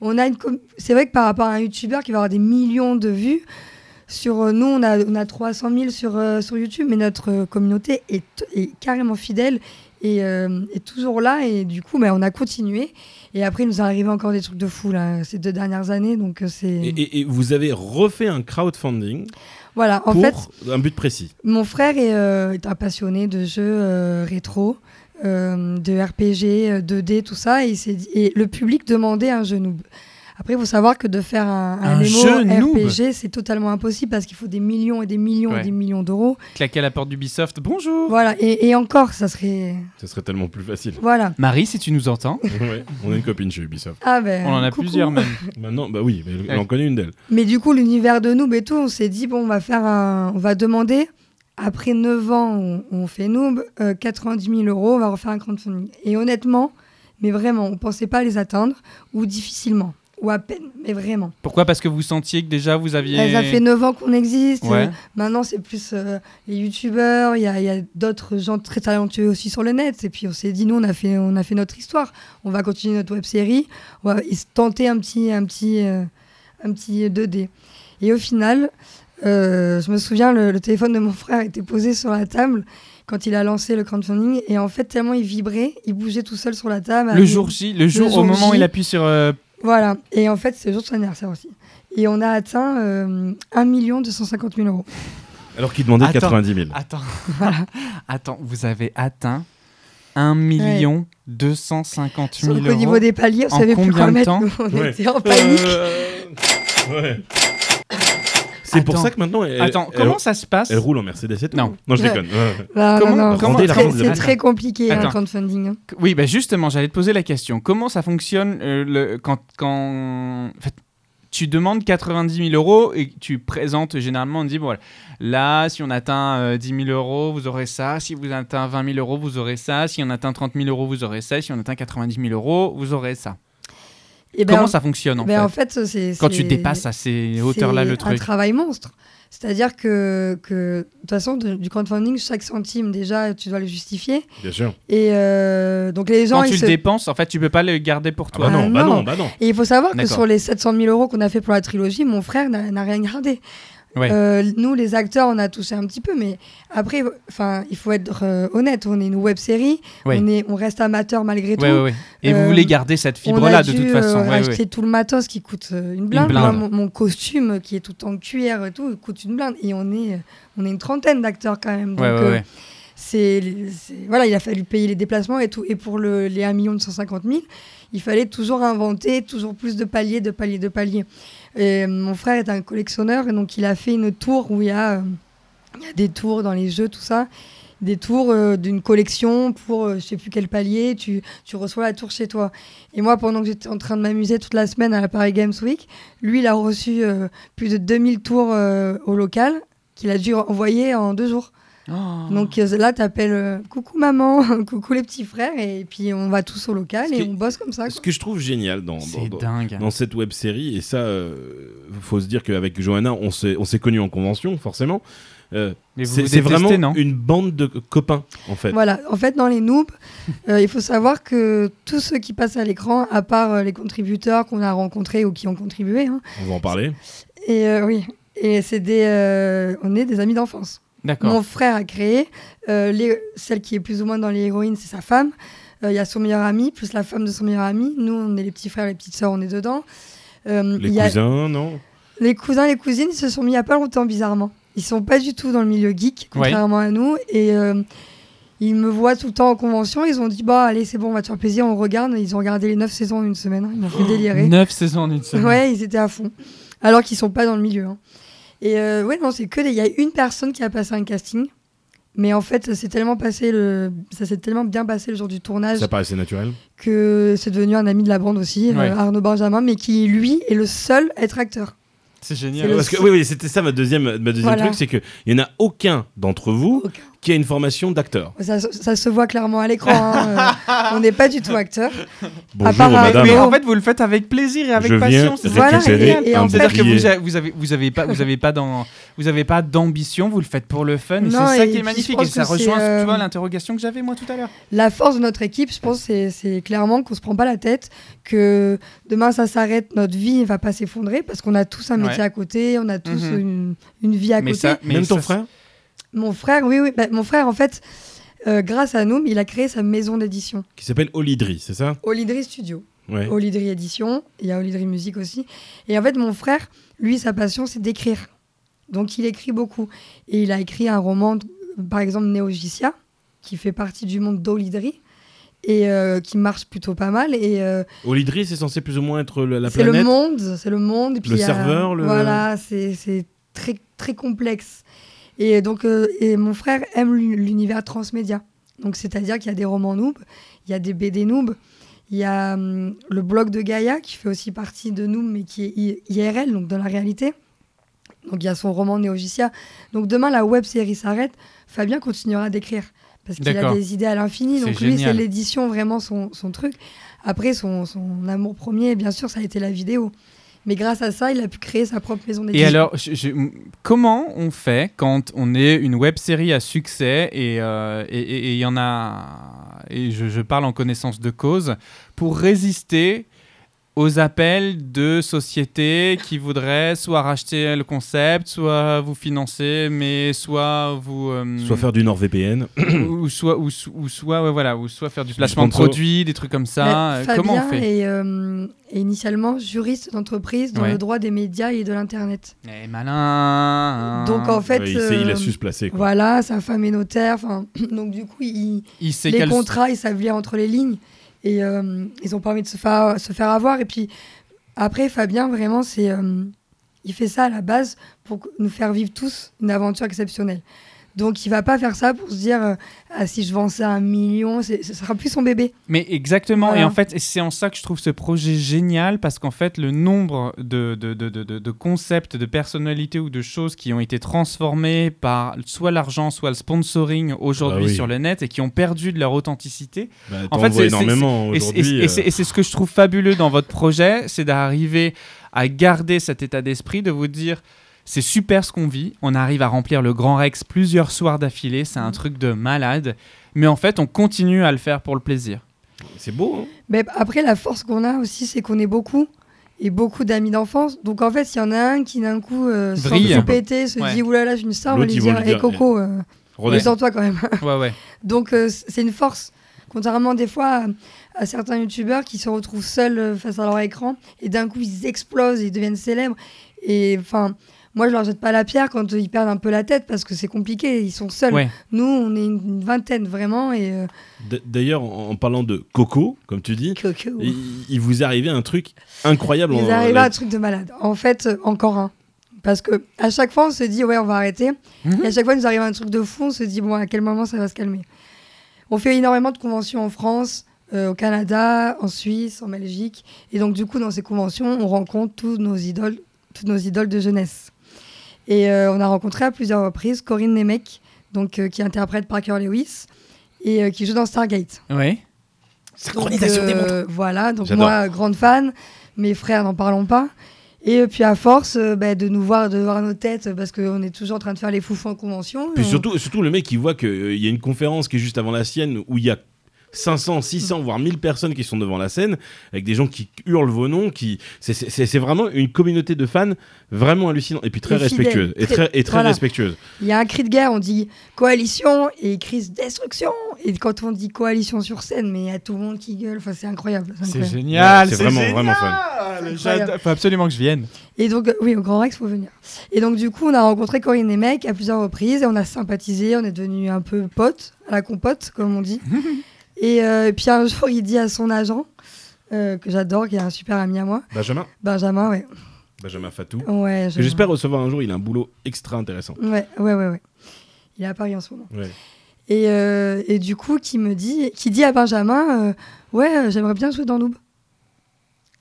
On a une com- C'est vrai que par rapport à un youtubeur qui va avoir des millions de vues, sur euh, nous, on a, on a 300 000 sur, euh, sur YouTube, mais notre euh, communauté est, est carrément fidèle et euh, est toujours là. Et du coup, bah, on a continué. Et après, il nous est arrivé encore des trucs de fou, là, ces deux dernières années. Donc, euh, c'est. Et, et- et vous avez refait un crowdfunding Voilà, en pour fait. un but précis. Mon frère est, euh, est un passionné de jeux euh, rétro, euh, de RPG, euh, 2D, tout ça. Et, il s'est dit- et le public demandait un jeu noob. Après, il faut savoir que de faire un, Un Nemo jeu noob RPG, c'est totalement impossible parce qu'il faut des millions et des millions Ouais. et des millions d'euros. Claquer à la porte d'Ubisoft. Bonjour. Voilà, et, et encore, ça serait. Ce serait tellement plus facile. Voilà. Marie, si tu nous entends, Ouais, On a une copine chez Ubisoft. Ah ben, on en a coucou. plusieurs même. Maintenant, bah oui, mais elle- Ouais. elle en connaît une d'elle. Mais du coup, l'univers de Noob et tout, on s'est dit, bon, on va faire un. On va demander. Après 9 ans, on, on fait Noob, euh, 90 000 euros, on va refaire un crowdfunding. Et honnêtement, mais vraiment, on pensait pas les atteindre, ou difficilement, ou à peine, mais vraiment. Pourquoi Parce que vous sentiez que déjà vous aviez. Euh, Ça fait 9 ans qu'on existe. Ouais. euh, maintenant, c'est plus euh, les youtubeurs, il y a, il y a d'autres gens très talentueux aussi sur le net. Et puis, on s'est dit, nous, on a fait, on a fait notre histoire. On va continuer notre web série. On va y- tenter un petit, un petit, euh, un petit 2D. Et au final, euh, je me souviens, le, le téléphone de mon frère était posé sur la table quand il a lancé le crowdfunding. Et en fait, tellement il vibrait, il bougeait tout seul sur la table. Le Il- jour J, le jour, au jour moment où J. il appuie sur. euh, Voilà. Et en fait, c'est le jour de son anniversaire aussi. Et on a atteint euh, 1 250 000 euros. Alors qu'il demandait Attends. Ah, 90 000. Attends. Attends, vous avez atteint 1 million 250 000 Sauf qu'au euros. niveau des paliers, on En savait plus combien quoi de mettre. temps nous, On Ouais. était en panique. Euh, ouais. C'est pour Attends. ça que maintenant, elle, Attends, elle- comment ça se passe elle roule en Mercedes et tout. Non. non je Ouais. déconne. Ouais. Bah, Non, Comment- non, non. comment- C'est Attends, très- attends. C'est très compliqué, Attends. un crowdfunding. hein. Oui, bah justement, j'allais te poser la question. Comment ça fonctionne euh, le, quand, quand... en fait, tu demandes 90 000 euros et tu présentes généralement, on dit, bon, voilà, là, si on atteint euh, 10 000 euros, vous aurez ça. Si vous atteint 20 000 euros, vous aurez ça. Si on atteint 30 000 euros, vous aurez ça. Si on atteint 90 000 euros, vous aurez ça. Et ben, Comment ça fonctionne en ben, fait en fait, c'est. Quand c'est- tu dépasses à ces hauteurs-là le c'est un truc. travail monstre. C'est-à-dire que, que, de toute façon, de- du crowdfunding, chaque centime, déjà, tu dois le justifier. Bien sûr. Et euh, donc, les gens, Quand tu ils le se... dépenses, en fait, tu peux pas le garder pour Ah toi. bah non, Ah bah non, non. bah non. Et il faut savoir que D'accord. sur les 700 000 euros qu'on a fait pour la trilogie, mon frère n'a n'a rien gardé. Ouais. Euh, nous, les acteurs, on a touché un petit peu, mais après, enfin, il faut être euh, honnête. On est une web série, Ouais. on, est, on reste amateur malgré tout. Ouais, ouais, ouais. Et vous Euh, voulez garder cette on a fibre-là de dû, toute euh, façon. Ouais, acheter ouais. tout le matos qui coûte euh, une blinde. blinde. Moi, mon, mon costume qui est tout en cuir et tout il coûte une blinde. Et on est, euh, on est une trentaine d'acteurs quand même. Donc, Ouais, ouais, euh, ouais. c'est c'est- voilà il a fallu payer les déplacements et tout et pour le, les 1 250 000 il fallait toujours inventer toujours plus de paliers de paliers de paliers et euh, mon frère est un collectionneur et donc il a fait une tour où il y a, euh, il y a des tours dans les jeux tout ça des tours euh, d'une collection pour euh, je sais plus quel palier, tu, tu reçois la tour chez toi. Et moi, pendant que j'étais en train de m'amuser toute la semaine à la Paris Games Week, lui, il a reçu euh, plus de 2000 tours euh, au local qu'il a dû envoyer en deux jours. Ah. Donc euh, là, t'appelles euh, coucou maman, coucou les petits frères, et puis on va tous au local Ce et qui- on bosse comme ça. Ce que je trouve génial dans, dans- Ah c'est dans- dingue. dans cette web série, et ça, euh, faut se dire qu'avec Johanna, on s'est on s'est connus en convention, forcément. Euh, Mais vous c'est vous c'est détestez, vraiment non une bande de copains, en fait. Voilà, en fait, dans les noobs, euh, il faut savoir que tous ceux qui passent à l'écran, à part euh, les contributeurs qu'on a rencontrés ou qui ont contribué, hein, On va en parler. et euh, oui, et c'est des, euh, on est des amis d'enfance. D'accord. Mon frère a créé, euh, les- celle qui est plus ou moins dans les héroïnes, c'est sa femme. Euh, Il y a son meilleur ami, plus la femme de son meilleur ami. Nous, on est les petits frères, les petites sœurs, on est dedans. Euh, Les il y a- cousins, non les cousins et les cousines se sont mis il y a pas longtemps, bizarrement. Ils sont pas du tout dans le milieu geek, contrairement à nous. Et euh, ils me voient tout le temps en convention. Ils ont dit Bah, allez, c'est bon, on va te faire plaisir, on regarde. Ils ont regardé les 9 saisons en une semaine. hein. Ils m'ont fait délirer. 9 Oh, saisons en une semaine. Ouais, ils étaient à fond. Alors qu'ils sont pas dans le milieu. hein. Et euh, ouais, non, c'est que. des- Il y a une personne qui a passé un casting. Mais en fait, ça s'est tellement, passé le... ça s'est tellement bien passé le jour du tournage Ça paraissait naturel. que c'est devenu un ami de la bande aussi, euh, Ouais. Arnaud Benjamin, mais qui, lui, est le seul à être acteur. C'est C'est génial. le- Parce que, oui, oui, c'était ça ma deuxième, ma deuxième Voilà. truc, c'est qu'il n'y en a aucun d'entre vous Aucun. qui a une formation d'acteur. Ça, ça se voit clairement à l'écran. hein, euh, on n'est pas du tout acteur. Bonjour, part euh, avec- Oh, madame. Mais oui, en fait, vous le faites avec plaisir et avec Je viens passion. c'est ça Voilà, qui est et- génial. et en fait- C'est-à-dire que vous, Crier. a- vous avez, vous avez pas, vous avez pas dans, vous avez pas d'ambition. Vous le faites pour le fun. et Non, c'est ça et qui puis est je magnifique. pense Et ça que c'est, rejoint, euh, tu vois, l'interrogation que j'avais moi tout à l'heure. La force de notre équipe, je pense, c'est- c'est clairement qu'on se prend pas la tête, que demain ça s'arrête, notre vie va pas s'effondrer parce qu'on a tous un métier Ouais. à côté, on a tous Mhm. une, une vie à Mais côté. ça, mais Même ton ça, frère Mon frère, oui, oui, bah, mon frère, en fait, euh, grâce à nous, il a créé sa maison d'édition, Qui s'appelle Olidri, c'est ça Olidri Studio, Ouais. Olidri Édition, il y a Olidri Musique aussi. Et en fait, mon frère, lui, sa passion, c'est d'écrire. Donc, il écrit beaucoup. Et il a écrit un roman, par exemple, Néogicia, qui fait partie du monde d'Olidri et euh, qui marche plutôt pas mal. Et euh, Olidri, c'est censé plus ou moins être le- la c'est le planète. monde, c'est le monde. Et puis il y a- serveur, le- Voilà, c'est c'est très, très complexe. Et donc, euh, et mon frère aime l'u- l'univers transmédia. Donc, c'est-à-dire qu'il y a des romans noobs, il y a des BD noobs, il y a hum, le blog de Gaïa qui fait aussi partie de noob, mais qui est I- IRL, donc dans la réalité. Donc, il y a son roman Néogicia. Donc, demain, la web série s'arrête. Fabien continuera d'écrire. Parce qu'il a D'accord. des idées à l'infini. C'est Donc, lui, c'est génial. l'édition, vraiment son, son truc. Après, son, son amour premier, bien sûr, ça a été la vidéo. Mais grâce à ça, il a pu créer sa propre maison Et d'édition. alors, je- je- m- comment on fait quand on est une web série à succès et euh, et- et- et il y en a, et je, je parle en connaissance de cause, pour résister aux appels de sociétés qui voudraient soit racheter le concept, soit vous financer, mais soit vous. euh, Soit faire du NordVPN. ou, ou soit, ou, so- ou soit, ouais, voilà, ou soit faire du placement de sponsor. produits, des trucs comme ça. Mais Euh, comment on Fabien fait est, euh, est initialement juriste d'entreprise dans Ouais. le droit des médias et de l'Internet. Eh, malin Donc en fait, Ouais, il, s'est- il euh, a su se placer. quoi. voilà, sa femme est notaire. enfin, Donc du coup, il- il sait les quel- contrats, ils savent lire entre les lignes. Et euh, ils ont pas envie de se faire, se faire avoir. Et puis après, Fabien, vraiment, c'est euh, il fait ça à la base pour que- nous faire vivre tous une aventure exceptionnelle. Donc il va pas faire ça pour se dire euh, Ah, si je vends ça à un million, c'est- ce sera plus son bébé. Mais exactement, et Voilà. en fait, et c'est en ça que je trouve ce projet génial, parce qu'en fait, le nombre de, de, de, de, de- de concepts, de personnalités ou de choses qui ont été transformées par soit l'argent, soit le sponsoring aujourd'hui Ah oui. sur le net, et qui ont perdu de leur authenticité, Bah, en t'en fait, vois c'est- énormément Et c'est- et c'est- aujourd'hui. et c'est euh, et c'est ce que je trouve fabuleux dans votre projet, c'est d'arriver à garder cet état d'esprit, de vous dire c'est super ce qu'on vit, on arrive à remplir le Grand Rex plusieurs soirs d'affilée, c'est un truc de malade, mais en fait on continue à le faire pour le plaisir. C'est beau. hein. Mais après, la force qu'on a aussi, c'est qu'on est beaucoup et beaucoup d'amis d'enfance. Donc en fait, s'il y en a un qui d'un coup euh, se Vrille. sent tout pété, se Ouais. dit oulala, je suis une star, on va L'autre, lui ils vont dire, lui hé dire, eh, Coco, euh, Rodin. toi quand même. Ouais ouais. Donc euh, c- c'est une force. Contrairement des fois à, à certains youtubeurs qui se retrouvent seuls euh, face à leur écran et d'un coup ils explosent, ils deviennent célèbres. Et enfin, moi je leur jette pas la pierre quand euh, ils perdent un peu la tête parce que c'est compliqué, ils sont seuls. Ouais. Nous on est une, une vingtaine vraiment et euh, D- D'ailleurs, en, en parlant de Coco, comme tu dis, Coco. il, il vous est arrivé un truc incroyable. en- Il arrive la- un truc de malade. En fait, euh, encore un. Parce que à chaque fois, on se dit, ouais, on va arrêter. Mhm. Et à chaque fois, il nous arrive un truc de fou, on se dit, bon, à quel moment ça va se calmer On fait énormément de conventions en France, euh, au Canada, en Suisse, en Belgique. Et donc, du coup, dans ces conventions, on rencontre tous nos idoles, toutes nos idoles de jeunesse. Et euh, on a rencontré à plusieurs reprises Corinne Nemec, donc, euh, qui interprète Parker Lewis et euh, qui joue dans Stargate. Oui. Donc, euh, Voilà, donc J'adore. moi, grande fan, mes frères, n'en parlons pas. Et euh, puis à force euh, bah, de nous voir, de voir nos têtes, euh, parce qu'on est toujours en train de faire les foufous en convention. Puis on- surtout, surtout le mec qui voit qu'il y a une conférence qui est juste avant la sienne où il y a 500, 600, voire 1000 personnes qui sont devant la scène, avec des gens qui hurlent vos noms, qui... c'est- c'est c'est- c'est vraiment une communauté de fans vraiment hallucinante, et puis très Et fidèle. respectueuse, et très, Très- et très voilà. respectueuse. Il y a un cri de guerre, on dit coalition et crise destruction. Et quand on dit coalition sur scène, mais il y a tout le monde qui gueule, enfin, c'est incroyable. c'est C'est incroyable. génial. Ouais, c'est vraiment, génial. vraiment fun. C'est incroyable. J'adore. Faut absolument que je vienne. Et donc, euh, oui, au Grand Rex, faut venir. Et donc, du coup, on a rencontré Corinne et Mec à plusieurs reprises et on a sympathisé, on est devenus un peu potes, à la compote, comme on dit. et, euh, et puis un jour, il dit à son agent, euh, que j'adore, qui est un super ami à moi, Benjamin, Benjamin, ouais. Benjamin Fatou, Ouais, que j'espère recevoir un jour, il a un boulot extra intéressant. Ouais, ouais, ouais, ouais. Il est à Paris en ce moment. Ouais. Et, euh, et du coup, qui me dit, qui dit à Benjamin, euh, ouais, euh, j'aimerais bien jouer dans Noob.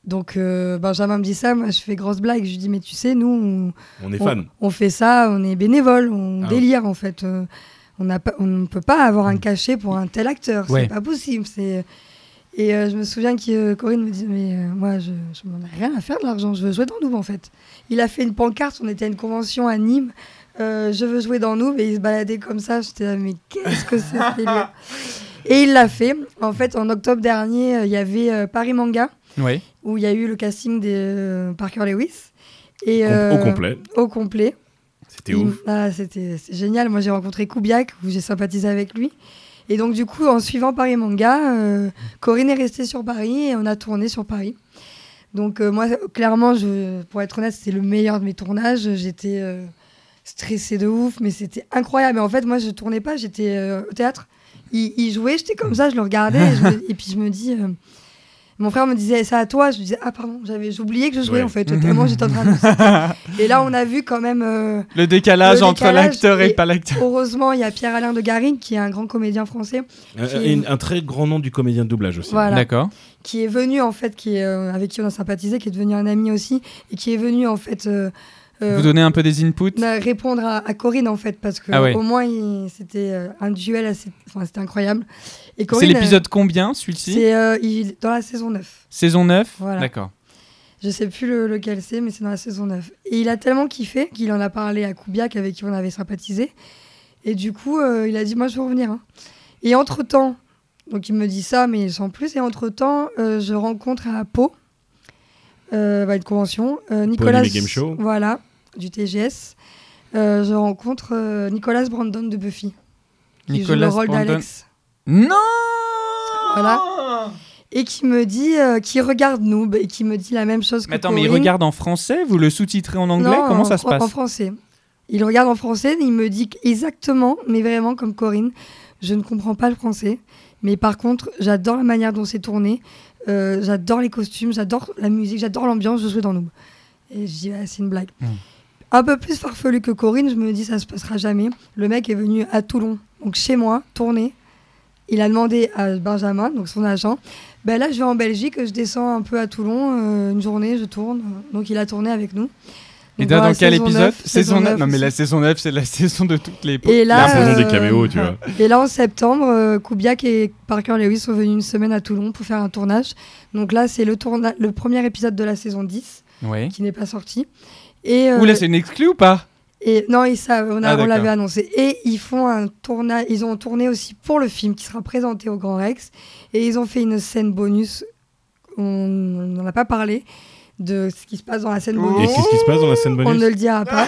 Donc euh, Benjamin me dit ça, moi je fais grosse blague, je lui dis mais tu sais, nous on, On est on- fan. on fait ça, on est bénévole, on Ah. Mm. délire en fait. Euh, on n'a pas- on ne peut pas avoir un cachet pour un tel acteur, Ouais. c'est pas possible. C'est et euh, je me souviens que euh, Corinne me dit mais euh, moi je, je m'en ai rien à faire de l'argent, je veux jouer dans Noob en fait. Il a fait une pancarte, on était à une convention à Nîmes, euh, je veux jouer dans Noob et il se baladait comme ça, j'étais là mais qu'est-ce que c'est ce délire Et il l'a fait. En fait en octobre dernier, euh, il y avait euh, Paris Manga Oui. où il y a eu le casting de euh, Parker Lewis et Com- euh, Au complet. au complet. C'était Il- ouf. Ah, c'était c'est génial. Moi, j'ai rencontré Koubiak, où j'ai sympathisé avec lui. Et donc, du coup, en suivant Paris Manga, euh, Corinne est restée sur Paris et on a tourné sur Paris. Donc, euh, moi, clairement, je, pour être honnête, c'était le meilleur de mes tournages. J'étais euh, stressée de ouf, mais c'était incroyable. Et en fait, moi, je tournais pas, j'étais euh, au théâtre. Il, il jouait, j'étais comme ça, je le regardais. et, je me- et puis, je me dis. euh, mon frère me disait ça à toi, je lui disais ah pardon, j'avais j'ai oublié que je jouais Ouais. en fait, tellement j'étais en train de. Et là on a vu quand même euh, Le décalage Le entre décalage l'acteur et, et- pas l'acteur. Heureusement, il y a Pierre-Alain de Garine, qui est un grand comédien français, Un, Qui- Euh, un- un très grand nom du comédien de doublage aussi. Voilà. D'accord. qui est venu en fait, qui est, euh, avec qui on a sympathisé, qui est devenu un ami aussi, et qui est venu en fait euh, euh, bah, Vous donnez un peu des inputs. na- répondre à, à Corinne en fait, parce que Ah ouais. au moins il- c'était euh, un duel assez, enfin c'était incroyable. Et C'est Corinne, l'épisode combien euh, celui-ci c'est euh, il- dans la saison 9. Saison 9 Voilà. D'accord. Je sais plus le- lequel c'est, mais c'est dans la saison 9. Et il a tellement kiffé qu'il en a parlé à Koubiak, avec qui on avait sympathisé. Et du coup, euh, il a dit Moi, je veux revenir. hein. Et entre-temps, donc il me dit ça, mais sans plus. Et entre-temps, euh, je rencontre à Pau, euh, bah, une convention, euh, Nicolas. Game Show. Voilà, du TGS. Euh, je rencontre euh, Nicolas Brandon de Buffy, qui joue le rôle Brandon. d'Alex. Non Voilà. Et qui me dit, euh, qui regarde Noob, et qui me dit la même chose que Mais attends, mais il Corinne. regarde en français Vous le sous-titrez en anglais Non, Comment en ça se fran- En passe français. Il regarde en français et il me dit exactement, mais vraiment comme Corinne, je ne comprends pas le français. Mais par contre, j'adore la manière dont c'est tourné. euh, j'adore les costumes, j'adore la musique, j'adore l'ambiance, je joue dans Noob. Et je dis, Ah, c'est une blague. Mm. Un peu plus farfelu que Corinne, je me dis, ça se passera jamais. Le mec est venu à Toulon, donc chez moi, tourner. Il a demandé à Benjamin, donc son agent, ben là, je vais en Belgique, je descends un peu à Toulon, euh, une journée, je tourne. Donc il a tourné avec nous. Et Donc là, voilà, dans quel saison épisode neuf, saison neuf Non, mais aussi. la saison 9, c'est la saison de toutes les époques. Et là, La saison des euh, caméos, tu vois. Et là, en septembre, euh, Koubiak et Parker Lewis sont venus une semaine à Toulon pour faire un tournage. Donc là, c'est le, tourna- le premier épisode de la saison 10 Ouais. qui n'est pas sorti. Et, euh, Ouh, là, c'est une exclue ou pas et non, et ça, on, a- Ah, on d'accord. l'avait annoncé. Et ils font un tournage, ils ont tourné aussi pour le film qui sera présenté au Grand Rex. Et ils ont fait une scène bonus. On n'en a pas parlé de ce qui se passe dans la scène Et Oh. Euh, Et bonus. qu'est-ce qui se passe dans la scène On bonus ne le dira pas.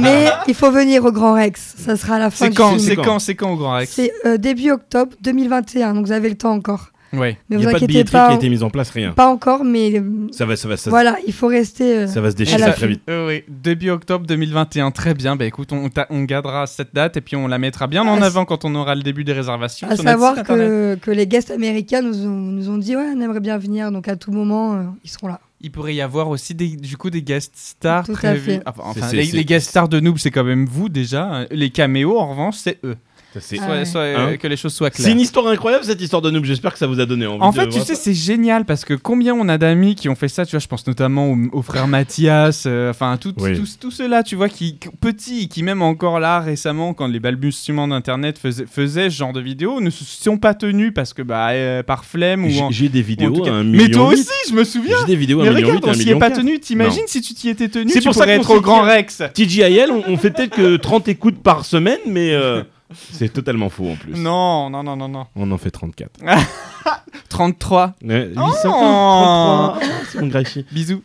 Mais il faut venir au Grand Rex. Ça sera à la fin C'est du quand film. C'est quand quand C'est quand au Grand Rex C'est euh, début octobre 2021, donc vous avez le temps encore. Ouais. Mais Il n'y vous a pas de inquiétez billetterie pas, qui a été mise en place, rien. pas encore, mais euh, Ça va, ça va, ça, voilà, il faut rester. euh, ça va se à déchirer la très fin. vite. Euh, oui, début octobre 2021, très bien. Bah écoute, on, t'a- on gardera cette date et puis on la mettra bien en Ah, avant quand on aura le début des réservations. à sur notre savoir site internet. que, que les guests américains nous ont, nous ont dit ouais, on aimerait bien venir, donc à tout moment euh, ils seront là. il pourrait y avoir aussi des, du coup des guest stars Tout à prévus. fait. Ah, Enfin, C'est- les, c'est- les guest stars de Noob, c'est quand même vous déjà. Les caméos, en revanche, c'est eux. Ça, c'est- Ah Soit- ouais. soit, euh, Hein que les choses soient claires. C'est une histoire incroyable cette histoire de noob. J'espère que ça vous a donné envie. En de fait, tu voir sais, ça. c'est génial parce que combien on a d'amis qui ont fait ça, tu vois, je pense notamment au- au, frère Mathias, euh, enfin, tout, Oui. tout, tout ceux-là, tu vois, qui, qui- petits, qui même encore là, récemment, quand les balbutiements d'Internet faisaient, faisaient ce genre de vidéos, ne se sont pas tenus parce que, bah, euh, par flemme ou J'ai- en... j'ai des vidéos ou en tout cas- à un Mais million toi huit. aussi, je me souviens J'ai des vidéos à Mais un million regarde, huit, on un s'y est million pas quatre. tenu, t'imagines si tu t'y étais tenu, C'est tu pour ça pourrais qu'on être au s'y Grand tient. Rex TGIL, on, on fait peut-être que 30 écoutes par semaine, mais euh, c'est totalement faux en plus. Non, non, non, non, non. On en fait 34. 33, Euh, Oh 800, 33, ah, c'est mon graphique. bisous.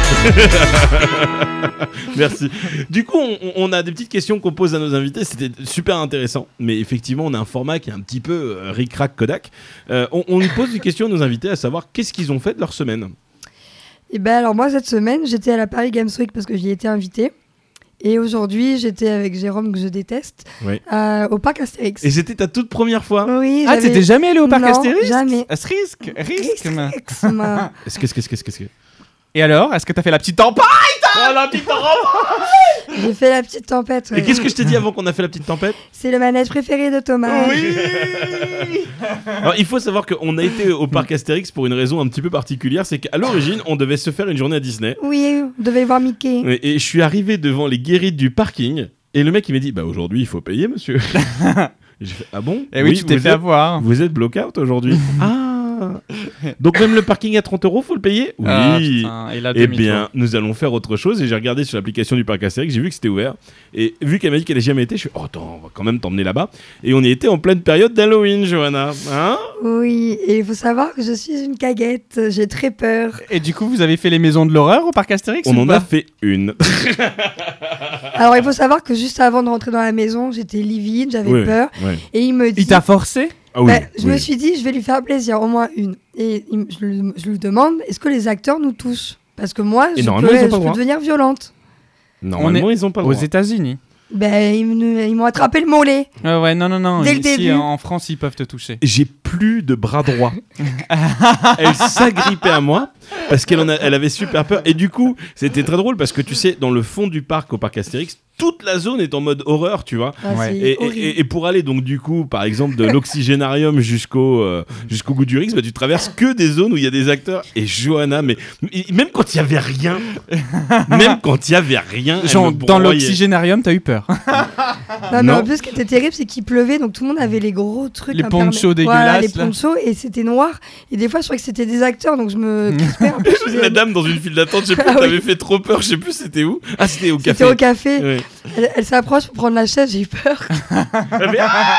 Merci. Du coup, on, on a des petites questions qu'on pose à nos invités. C'était super intéressant. Mais effectivement, on a un format qui est un petit peu euh, ric-rac Kodak. Euh, on, on pose des questions à nos invités à savoir qu'est-ce qu'ils ont fait de leur semaine. Et ben alors moi cette semaine j'étais à la Paris Games Week parce que j'y étais invitée. Et aujourd'hui j'étais avec Jérôme que je déteste Oui. euh, au parc Astérix. Et c'était ta toute première fois. Oui, Ah, j'avais- t'étais jamais allé au parc Non, Astérix jamais. À ce risque Risque Risque. ma- Astérix, ma- Est-ce que, est-ce que, est-ce que, est-ce que- Et alors, est-ce que t'as fait la petite tampon J'ai fait la petite tempête. ouais. Et qu'est-ce que je t'ai dit avant qu'on a fait la petite tempête C'est le manège préféré de Thomas. Alors, il faut savoir qu'on a été au parc Astérix pour une raison un petit peu particulière, c'est qu'à l'origine, on devait se faire une journée à Disney. Oui, vous devez voir Mickey. Et, et je suis arrivé devant les guérites du parking, et le mec il m'a dit, bah aujourd'hui il faut payer, monsieur. J'ai fait, ah bon Et Eh oui, tu t'es vous fait êtes- Hein. avoir. Vous êtes block-out aujourd'hui Ah Donc même le parking à 30 euros, faut le payer Oui Ah, putain, et là, Eh demi-tour. bien, nous allons faire autre chose. Et j'ai regardé sur l'application du parc Astérix, j'ai vu que c'était ouvert. Et vu qu'elle m'a dit qu'elle n'avait jamais été, je suis oh, attends, on va quand même t'emmener là-bas. Et on y était en pleine période d'Halloween, Johanna. Hein Oui, et il faut savoir que je suis une caguette. J'ai très peur. Et du coup, vous avez fait les maisons de l'horreur au parc Astérix on ou en pas a fait une. Alors il faut savoir que juste avant de rentrer dans la maison, j'étais livide, j'avais Oui, peur. ouais. Et il me dit. Il t'a forcé Ah oui, Bah, je me oui. suis dit, je vais lui faire plaisir, au moins une. Et il m- je, lui- je lui demande, est-ce que les acteurs nous touchent Parce que moi, je normalement, peux, ils ont pas je le peux droit. devenir violente. Normalement, on ils ont pas le Aux droit. États-Unis Ben, ils me- ils m'ont attrapé le mollet. Ah Ouais, non, non, non. Dès le ici, début. En France, ils peuvent te toucher. J'ai plus de bras droit. elle s'agrippait à moi parce qu'elle en a- elle avait super peur. Et du coup, c'était très drôle parce que tu sais, dans le fond du parc, au parc Astérix, toute la zone est en mode horreur, tu vois. Ah, Ouais. c'est Et, et- horrible. et- et pour aller donc du coup par exemple de l'oxygénarium jusqu'au euh, jusqu'au goût du Rix, bah, tu traverses que des zones où il y a des acteurs et Johanna mais mais- même quand il y avait rien même quand il y avait rien elle Genre, me dans broyait. l'oxygénarium, t'as eu peur. Non, mais Non. en plus, ce qui était terrible, c'est qu'il pleuvait, donc tout le monde avait les gros trucs. Les impermé- ponchos Voilà, les dégueulasses, là. ponchos, et c'était noir. Et des fois, je croyais que c'était des acteurs, donc je me crispais un peu. je faisais- la dame dans une file d'attente, je sais plus, Ah oui. t'avais fait trop peur, je sais plus c'était où. Ah, c'était au café. Euh. C'était au café. Ouais. Elle, elle s'approche pour prendre la chaise, j'ai eu peur. Eh Elle fait, Ah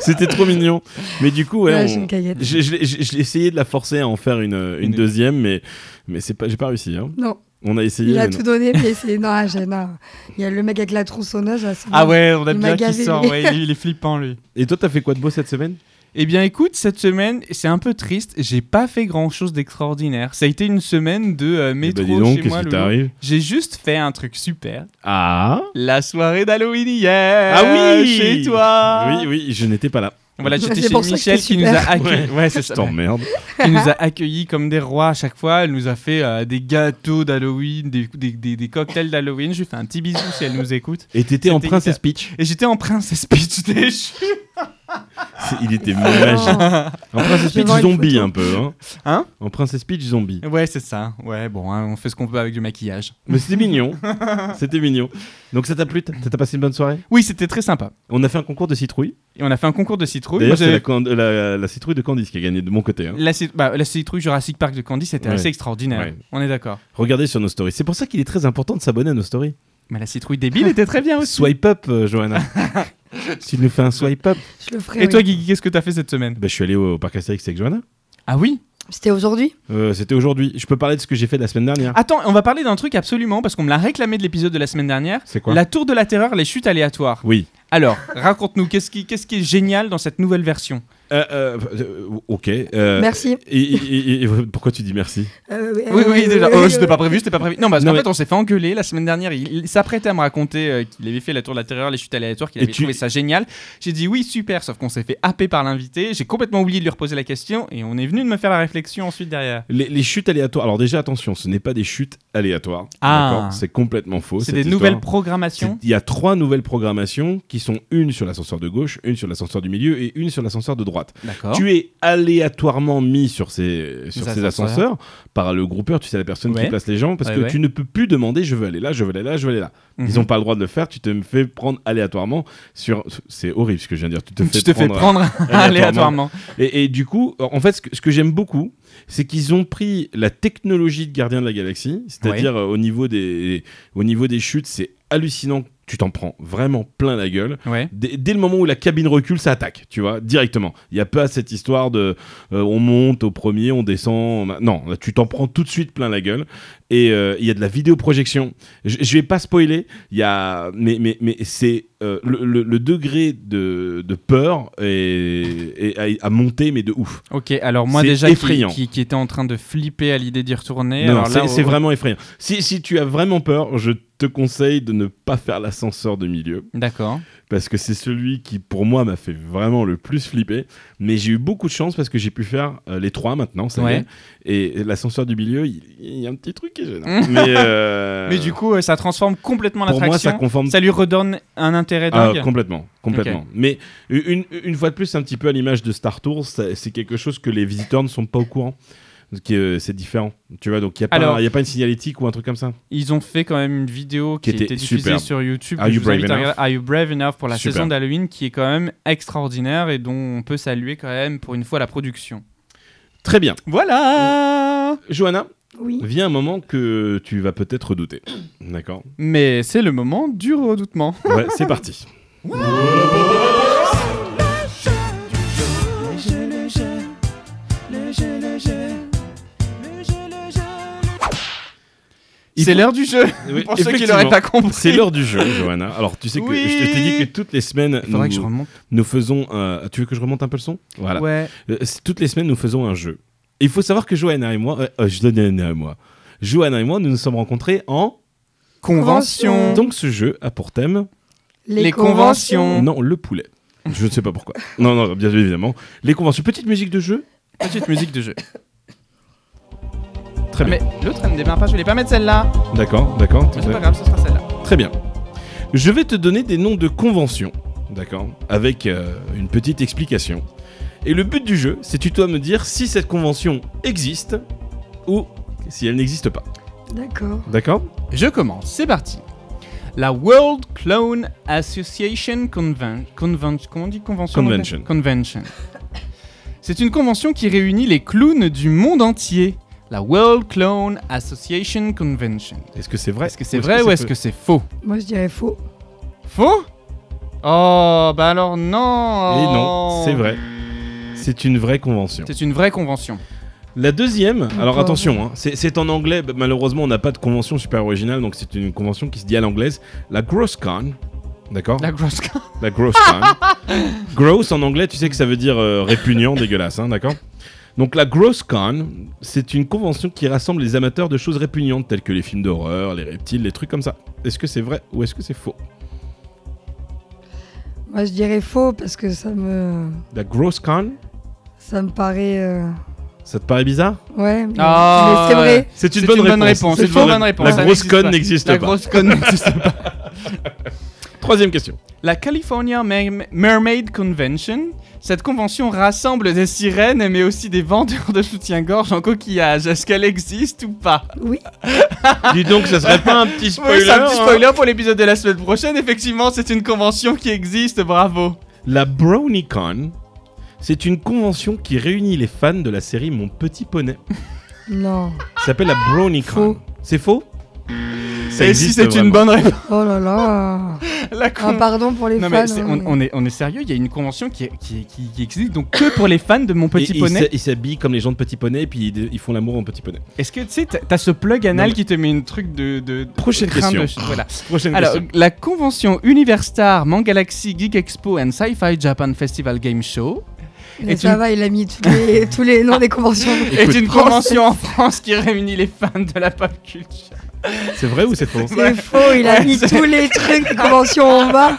C'était trop mignon. Mais du coup, ouais, Ouais, on- j'ai une caguette. j'ai je l'ai- je- je l'ai essayé de la forcer à en faire une, euh, une Une- deuxième, mais, mais c'est pas, j'ai pas réussi. hein. Non, On a essayé. il a mais non. tout donné, mais c'est. Non, ah, j'ai- non. Il y a le mec avec la tronçonneuse. là, c'est Ah bon. ouais, on a Il bien m'a qui gavé, sort. lui. Ouais, il est- il est flippant, lui. Et toi, t'as fait quoi de beau cette semaine Eh bien, écoute, cette semaine, c'est un peu triste. J'ai pas fait grand chose d'extraordinaire. Ça a été une semaine de euh, métro Eh ben, dis donc, chez moi. qu'est-ce qui le long. t'arrive J'ai juste fait un truc super. Ah La soirée d'Halloween hier. Ah oui Chez toi. Oui, oui, je n'étais pas là. Voilà, j'étais C'est chez pour ça que Michel c'était qui nous a super. accueillis. Ouais, c'est Je ça. t'emmerde. Qui nous a accueillis comme des rois à chaque fois. Elle nous a fait euh, des gâteaux d'Halloween, des, des, des- des cocktails d'Halloween. Je lui fais un petit bisou si elle nous écoute. Et t'étais en C'était Princess Peach. Et j'étais en Princess Peach déchu. C'est- Il Ah. était Oh. magique. En Princess Je vais Peach voir une zombie photo. un peu. Hein, Hein En Princess Peach zombie. Ouais, c'est ça. Ouais, bon, hein, on fait ce qu'on peut avec du maquillage. Mais c'était mignon. C'était mignon. Donc ça t'a plu T'as t'as passé une bonne soirée Oui, c'était très sympa. On a fait un concours de citrouille. Et on a fait un concours de citrouilles. Moi, D'ailleurs, c'est la, j'avais- can- la- la citrouille de Candice qui a gagné de mon côté. hein. la, cit- bah, la citrouille Jurassic Park de Candy, c'était Ouais. assez extraordinaire. Ouais. On est d'accord. Regardez sur nos stories. C'est pour ça qu'il est très important de s'abonner à nos stories. Mais la citrouille débile était très bien aussi. Swipe up, euh, Johanna. tu nous fais un swipe up. Je le ferai. Et oui. toi, Guigui, qu'est-ce que t'as fait cette semaine Bah, je suis allé au, au parc Astérix avec Johanna. Ah oui C'était aujourd'hui Euh, C'était aujourd'hui. Je peux parler de ce que j'ai fait la semaine dernière. Attends, on va parler d'un truc absolument parce qu'on me l'a réclamé de l'épisode de la semaine dernière. C'est quoi La tour de la terreur, les chutes aléatoires. Oui. Alors, raconte-nous, qu'est-ce qui, qu'est-ce qui est génial dans cette nouvelle version Euh, euh, euh, ok. euh, Merci. et- et- et- et pourquoi tu dis merci Euh, Oui, oui, déjà. Oh, c'était pas oui. prévu, c'était pas prévu. Non, parce Non, qu'en mais- fait, on s'est fait engueuler la semaine dernière. Il, il s'apprêtait à me raconter euh, qu'il avait fait la tour de la terreur, les chutes aléatoires, qu'il Et avait tu- trouvé ça génial. J'ai dit oui, super, sauf qu'on s'est fait happer par l'invité. J'ai complètement oublié de lui reposer la question et on est venu de me faire la réflexion ensuite derrière. Les, les chutes aléatoires. Alors déjà, attention, ce n'est pas des chutes aléatoires. Ah. D'accord C'est complètement faux. C'est Oh, cette des histoire. nouvelles C'est- programmations. Il y a trois nouvelles programmations qui sont une sur l'ascenseur de gauche, une sur l'ascenseur du milieu et une sur l'ascenseur de droite. D'accord. Tu es aléatoirement mis sur ces, sur Ah. Les ces ascenseurs. ascenseurs par le groupeur, tu sais, la personne Ouais. qui place les gens, parce Ouais, que ouais. tu ne peux plus demander je veux aller là, je veux aller là, je veux aller là. Mhm. Ils n'ont pas le droit de le faire, tu te fais prendre aléatoirement sur. C'est horrible ce que je viens de dire. Tu te fais Tu te fais prendre euh, prendre aléatoirement. et, et du coup, en fait, ce que, ce que j'aime beaucoup, c'est qu'ils ont pris la technologie de Gardien de la Galaxie, c'est-à-dire euh, au, niveau des, au niveau des chutes, c'est hallucinant. Tu t'en prends vraiment plein la gueule. Ouais. Dès, dès le moment où la cabine recule, ça attaque, tu vois, directement. Il n'y a pas cette histoire de euh, on monte au premier, on descend. on- Non, là, tu t'en prends tout de suite plein la gueule. Et euh, il y a de la vidéoprojection. Je je vais pas spoiler, il y a... mais, mais, mais c'est euh, le, le- le degré de, de peur est, est- a, a monté, mais de ouf. Ok, alors moi C'est déjà qui, effrayant. qui, qui était en train de flipper à l'idée d'y retourner. Non, alors c'est là, c'est oh, vraiment effrayant. Si, si tu as vraiment peur, je te conseille de ne pas faire l'ascenseur de milieu. D'accord. parce que c'est celui qui pour moi m'a fait vraiment le plus flipper. Mais j'ai eu beaucoup de chance parce que j'ai pu faire euh, les trois maintenant, ça Ouais. y est. Et l'ascenseur du milieu, il, il y a un petit truc qui est gênant. mais, euh, Mais du coup, euh, ça transforme complètement pour moi, ça l'attraction. conforme Ça lui redonne un intérêt ah, dingue. complètement, complètement. Mais une, une fois de plus, un petit peu à l'image de Star Tours, ça- c'est quelque chose que les visiteurs ne sont pas au courant. Parce que, euh, C'est différent, tu vois. Donc il n'y a, pas- Alors- il y a pas une signalétique ou un truc comme ça. Ils ont fait quand même une vidéo qui, Qui était était diffusée superbe. sur YouTube. Are que you je vous brave invite à enough regarder. Are You Brave Enough pour la Superbe. saison d'Halloween qui est quand même extraordinaire et dont on peut saluer quand même pour une fois la production. Très bien. Voilà Johanna, Oui. vient un moment que tu vas peut-être redouter. D'accord Mais c'est le moment du redoutement. Ouais, c'est parti. Il C'est faut- l'heure du jeu Oui, Pour ceux qui effectivement. l'auraient pas compris. C'est l'heure du jeu, Johanna. Alors, tu sais que Oui. je te- t'ai dit que toutes les semaines, Il nous, faudrait que je remonte. nous faisons. un- Tu veux que je remonte un peu le son Voilà. Ouais. Euh, c'est- toutes les semaines, nous faisons un jeu. Et il faut savoir que Johanna et moi, euh, euh, Johanna et moi, Johanna et moi, nous nous sommes rencontrés en. Convention. Convention. Donc, ce jeu a pour thème Les conventions. non le poulet. Je ne sais pas pourquoi. Non, non, bien évidemment. Les conventions. Petite musique de jeu. Petite musique de jeu. Très bien. Mais l'autre elle ne démarre pas, je voulais pas mettre celle-là. D'accord, d'accord. Mais c'est pas grave, ce sera celle-là. Très bien. Je vais te donner des noms de conventions, d'accord Avec euh, une petite explication. Et le but du jeu, c'est tu dois me dire si cette convention existe ou si elle n'existe pas. D'accord. D'accord Je commence, c'est parti. La World Clone Association Conven- Conven- comment on dit convention en Convention. anglais Convention. C'est une convention qui réunit les clowns du monde entier. La World Clone Association Convention. Est-ce que c'est vrai Est-ce que c'est vrai ou est-ce que c'est faux Moi, je dirais faux. Faux Oh, bah alors non Et non, c'est vrai. C'est une vraie convention. C'est une vraie convention. La deuxième, alors Encore. attention, hein, c'est c'est en anglais, bah, malheureusement on n'a pas de convention super originale, donc c'est une convention qui se dit à l'anglaise, la GrossCon, d'accord La grosse La gross con. gross en anglais, tu sais que ça veut dire euh, répugnant, dégueulasse, hein, d'accord Donc la gross con, c'est une convention qui rassemble les amateurs de choses répugnantes telles que les films d'horreur, les reptiles, les trucs comme ça. Est-ce que c'est vrai ou est-ce que c'est faux Moi, je dirais faux parce que ça me, La gross con, ça me paraît. euh, ça te paraît bizarre Ouais. Mais, Ah, mais c'est vrai. C'est une bonne réponse, c'est une bonne réponse, ça La grosse n'existe con pas. n'existe La pas. grosse conne n'existe pas. Troisième question. La California Mer- Mermaid Convention. Cette convention rassemble des sirènes mais aussi des vendeurs de soutien-gorge en coquillage. Est-ce qu'elle existe ou pas Oui. Dis donc, ça serait pas un petit spoiler, Oui, c'est un petit hein spoiler pour l'épisode de la semaine prochaine. Effectivement, c'est une convention qui existe, bravo. La BrownieCon, c'est une convention qui réunit les fans de la série Mon Petit Poney. Non. Ça s'appelle la BrownieCon. Faux. C'est faux Ça Et si existe c'est vraiment. une bonne réponse Oh là là. La Un con- pardon pour les Non, fans. mais c'est- hein, on, mais- on est, on est sérieux, il y a une convention qui, est- qui, qui- qui existe donc que pour les fans de Mon Petit Et- et Poney. ils s'a- Ils s'habillent comme les gens de Petit Poney et puis ils, ils font l'amour en Petit Poney. Est-ce que tu sais, t'as t'as ce plug Non, anal mais- qui te met une truc de. de, de- Prochaine crin de- question. voilà. Prochaine Alors, question. la convention Universtar, Mangalaxy, Geek Expo and Sci-Fi Japan Festival Game Show Mais est ça une- va, il a mis tous les, tous les noms des conventions. est une Écoute. convention en France qui réunit les fans de la pop culture. C'est vrai ou c'est faux C'est faux, il a mis tous les trucs, les conventions en bas,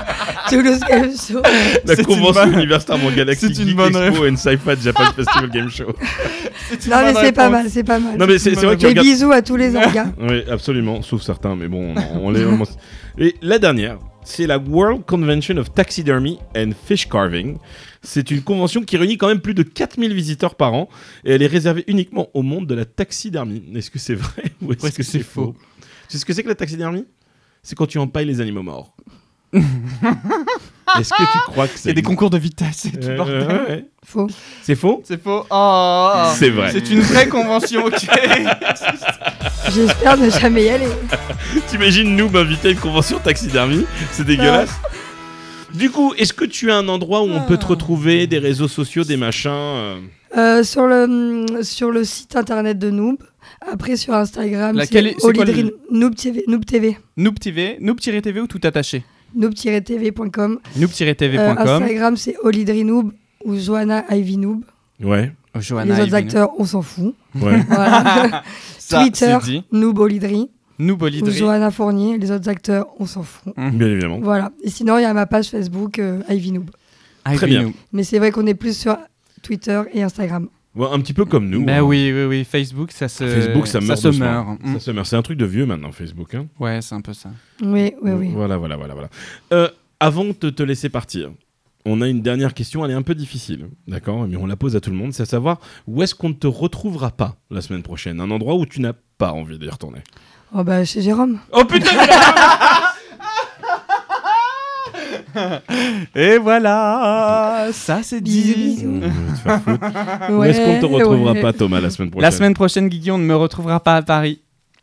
tout le game show. La C'est une convention bonne- Univers Star Wars Galaxy C'est une Geek bonne Expo and Sci-Fi Japan Festival Game Show. Non, mais c'est pas mal, c'est pas mal. Non mais c'est c'est vrai que tu Des regardes. bisous à tous les autres gars. Oui, absolument, sauf certains, mais bon, on, on les. on- Et la dernière, c'est la World Convention of Taxidermy and Fish Carving. C'est une convention qui réunit quand même plus de 4000 visiteurs par an et elle est réservée uniquement au monde de la taxidermie. Est-ce que c'est vrai ou est-ce que c'est faux Tu sais ce que c'est que la taxidermie C'est quand tu empailles les animaux morts. Est-ce que tu crois que Il y c'est. a des concours de vitesse et tout Euh, Ouais, bordel. ouais, ouais. Faux. C'est faux C'est faux. Oh. C'est vrai. C'est une vraie convention, ok. J'espère ne jamais y aller. T'imagines nous m'inviter à une convention taxidermie C'est dégueulasse. Ah. Du coup, est-ce que tu as un endroit où on peut te retrouver, des réseaux sociaux, des machins euh, Euh, sur, le, sur le site internet de Noob, après sur Instagram, Laquelle est- c'est c'est quoi Olydrine, Noob TV. Noob TV. Noob TV, Noob-TV ou tout attaché Noob-tv.com. Euh, Noob-tv.com. Instagram, c'est Olydrinoob ou Johanna Ivy Noob. Ouais, Oh, Les Johanna autres Ivanov. acteurs, on s'en fout. ouais. Voilà. Ça, Twitter, c'est dit. Noob Olydri Noob ou Olydri. Johanna Fournier. Les autres acteurs, on s'en fout. Bien évidemment. Voilà. Et sinon, il y a ma page Facebook, euh, Ivy Noob. Ivy Très bien. Noob. Mais c'est vrai qu'on est plus sur Twitter et Instagram. Ouais, un petit peu comme nous. Bah hein. oui, oui, oui. Facebook, ça se. Facebook, ça meurt. se doucement. meurt. Ça Mm. se meurt. C'est un truc de vieux maintenant, Facebook. hein. Ouais, c'est un peu ça. Oui, oui, oui. Voilà, voilà, voilà. voilà. Euh, avant de te- te laisser partir, on a une dernière question, elle est un peu difficile, d'accord Mais on la pose à tout le monde, c'est à savoir où est-ce qu'on ne te retrouvera pas la semaine prochaine Un endroit où tu n'as pas envie d'y retourner. Oh bah chez Jérôme. Oh putain Et voilà, ça c'est Bisous, dit. bisous. Où est-ce qu'on te Ouais, retrouvera ouais. pas, Thomas, la semaine prochaine La semaine prochaine, Guigui, on ne me retrouvera pas à Paris.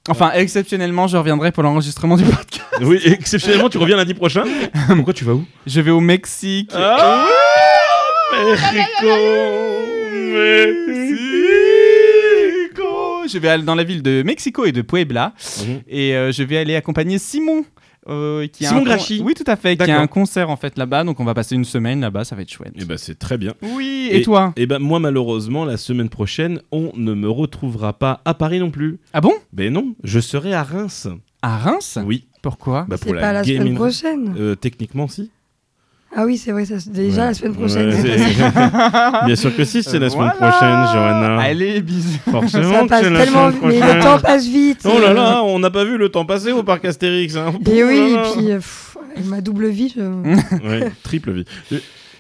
Enfin, exceptionnellement, je reviendrai pour l'enregistrement du podcast. Oui, exceptionnellement, tu reviens lundi prochain. Pourquoi tu vas où Je vais au Mexique. ah Mexico Mexico. Je vais aller dans la ville de Mexico et de Puebla Mhm. et euh, je vais aller accompagner Simon. euh, qui a Simon un con- Grachi. Oui, tout à fait. Qui a D'accord. un concert en fait là-bas, donc on va passer une semaine là-bas, ça va être chouette. Eh ben, c'est très bien. Oui, et, toi Eh ben, moi, malheureusement, la semaine prochaine, on ne me retrouvera pas à Paris non plus. Ah bon Ben non, je serai à Reims. À Reims Oui. Pourquoi Bah, Ah, C'est pas la Game semaine in- prochaine. Euh, techniquement, si. Ah oui, c'est vrai, ça, déjà Ouais. la semaine prochaine. Ouais, c'est- c'est- bien sûr que si, c'est la semaine Euh, Voilà. prochaine, Johanna. Allez, bisous. Forcément ça que passe c'est la tellement semaine vite, mais prochaine. le temps passe vite. Oh là là, on n'a pas vu le temps passer au parc Astérix. Hein. Et Oh oui, là là. et puis euh, pff, avec ma double vie, je- Ouais, triple vie.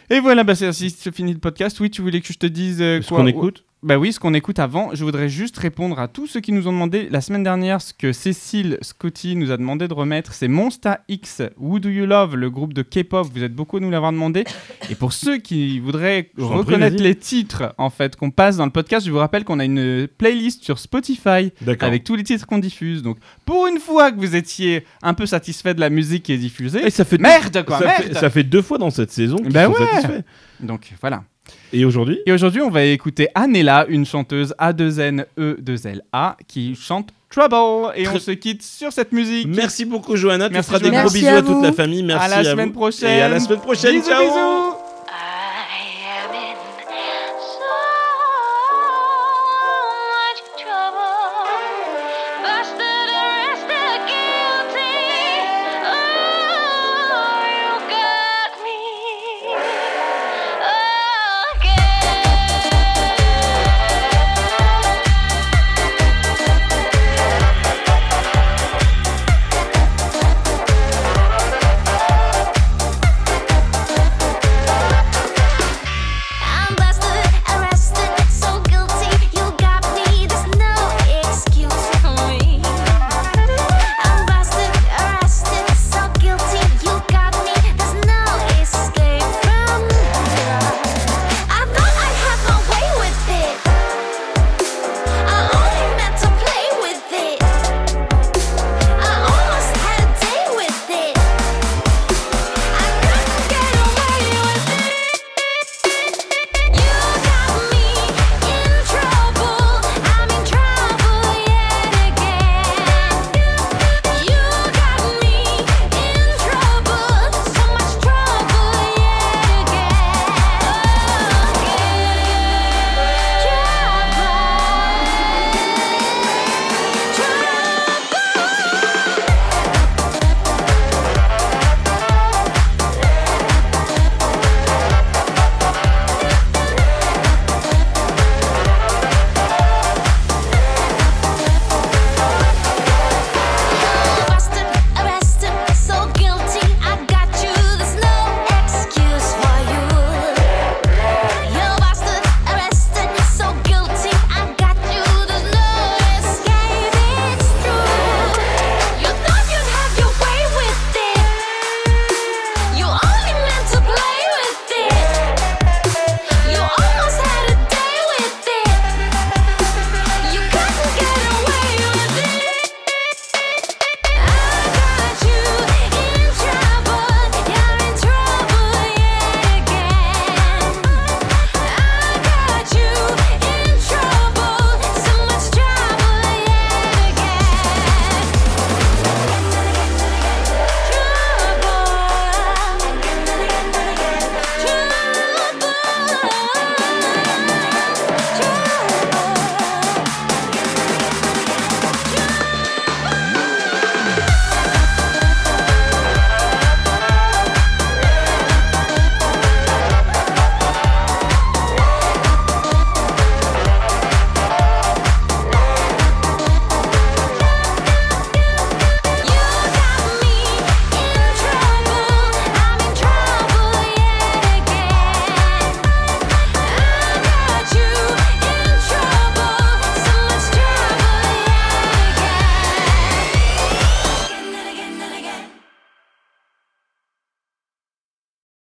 Et voilà, bah, c'est- si c'est fini le podcast. Oui, tu voulais que je te dise euh, Est-ce quoi qu'on écoute Bah oui, ce qu'on écoute avant, je voudrais juste répondre à tous ceux qui nous ont demandé la semaine dernière ce que Cécile Scotti nous a demandé de remettre, c'est Monsta X, Who Do You Love, le groupe de K-pop, vous êtes beaucoup à nous l'avoir demandé. Et pour ceux qui voudraient Je t'en prie, reconnaître vas-y. les titres en fait qu'on passe dans le podcast, je vous rappelle qu'on a une playlist sur Spotify D'accord. avec tous les titres qu'on diffuse. Donc pour une fois que vous étiez un peu satisfait de la musique qui est diffusée, Et Eh, ça fait merde quoi, ça, merde. fait, ça fait deux fois dans cette saison qu'ils Bah sont ouais. satisfaits. Donc voilà. Et aujourd'hui Et aujourd'hui, on va écouter Anela, une chanteuse E A2N-E-2L-A, qui chante Trouble. Et Très- on se quitte sur cette musique. Merci beaucoup Johanna, tu Merci, feras des Johanna. gros Merci bisous à, à toute vous. la famille, merci à la vous. semaine prochaine. Et à la semaine prochaine, Bisous, ciao bisous.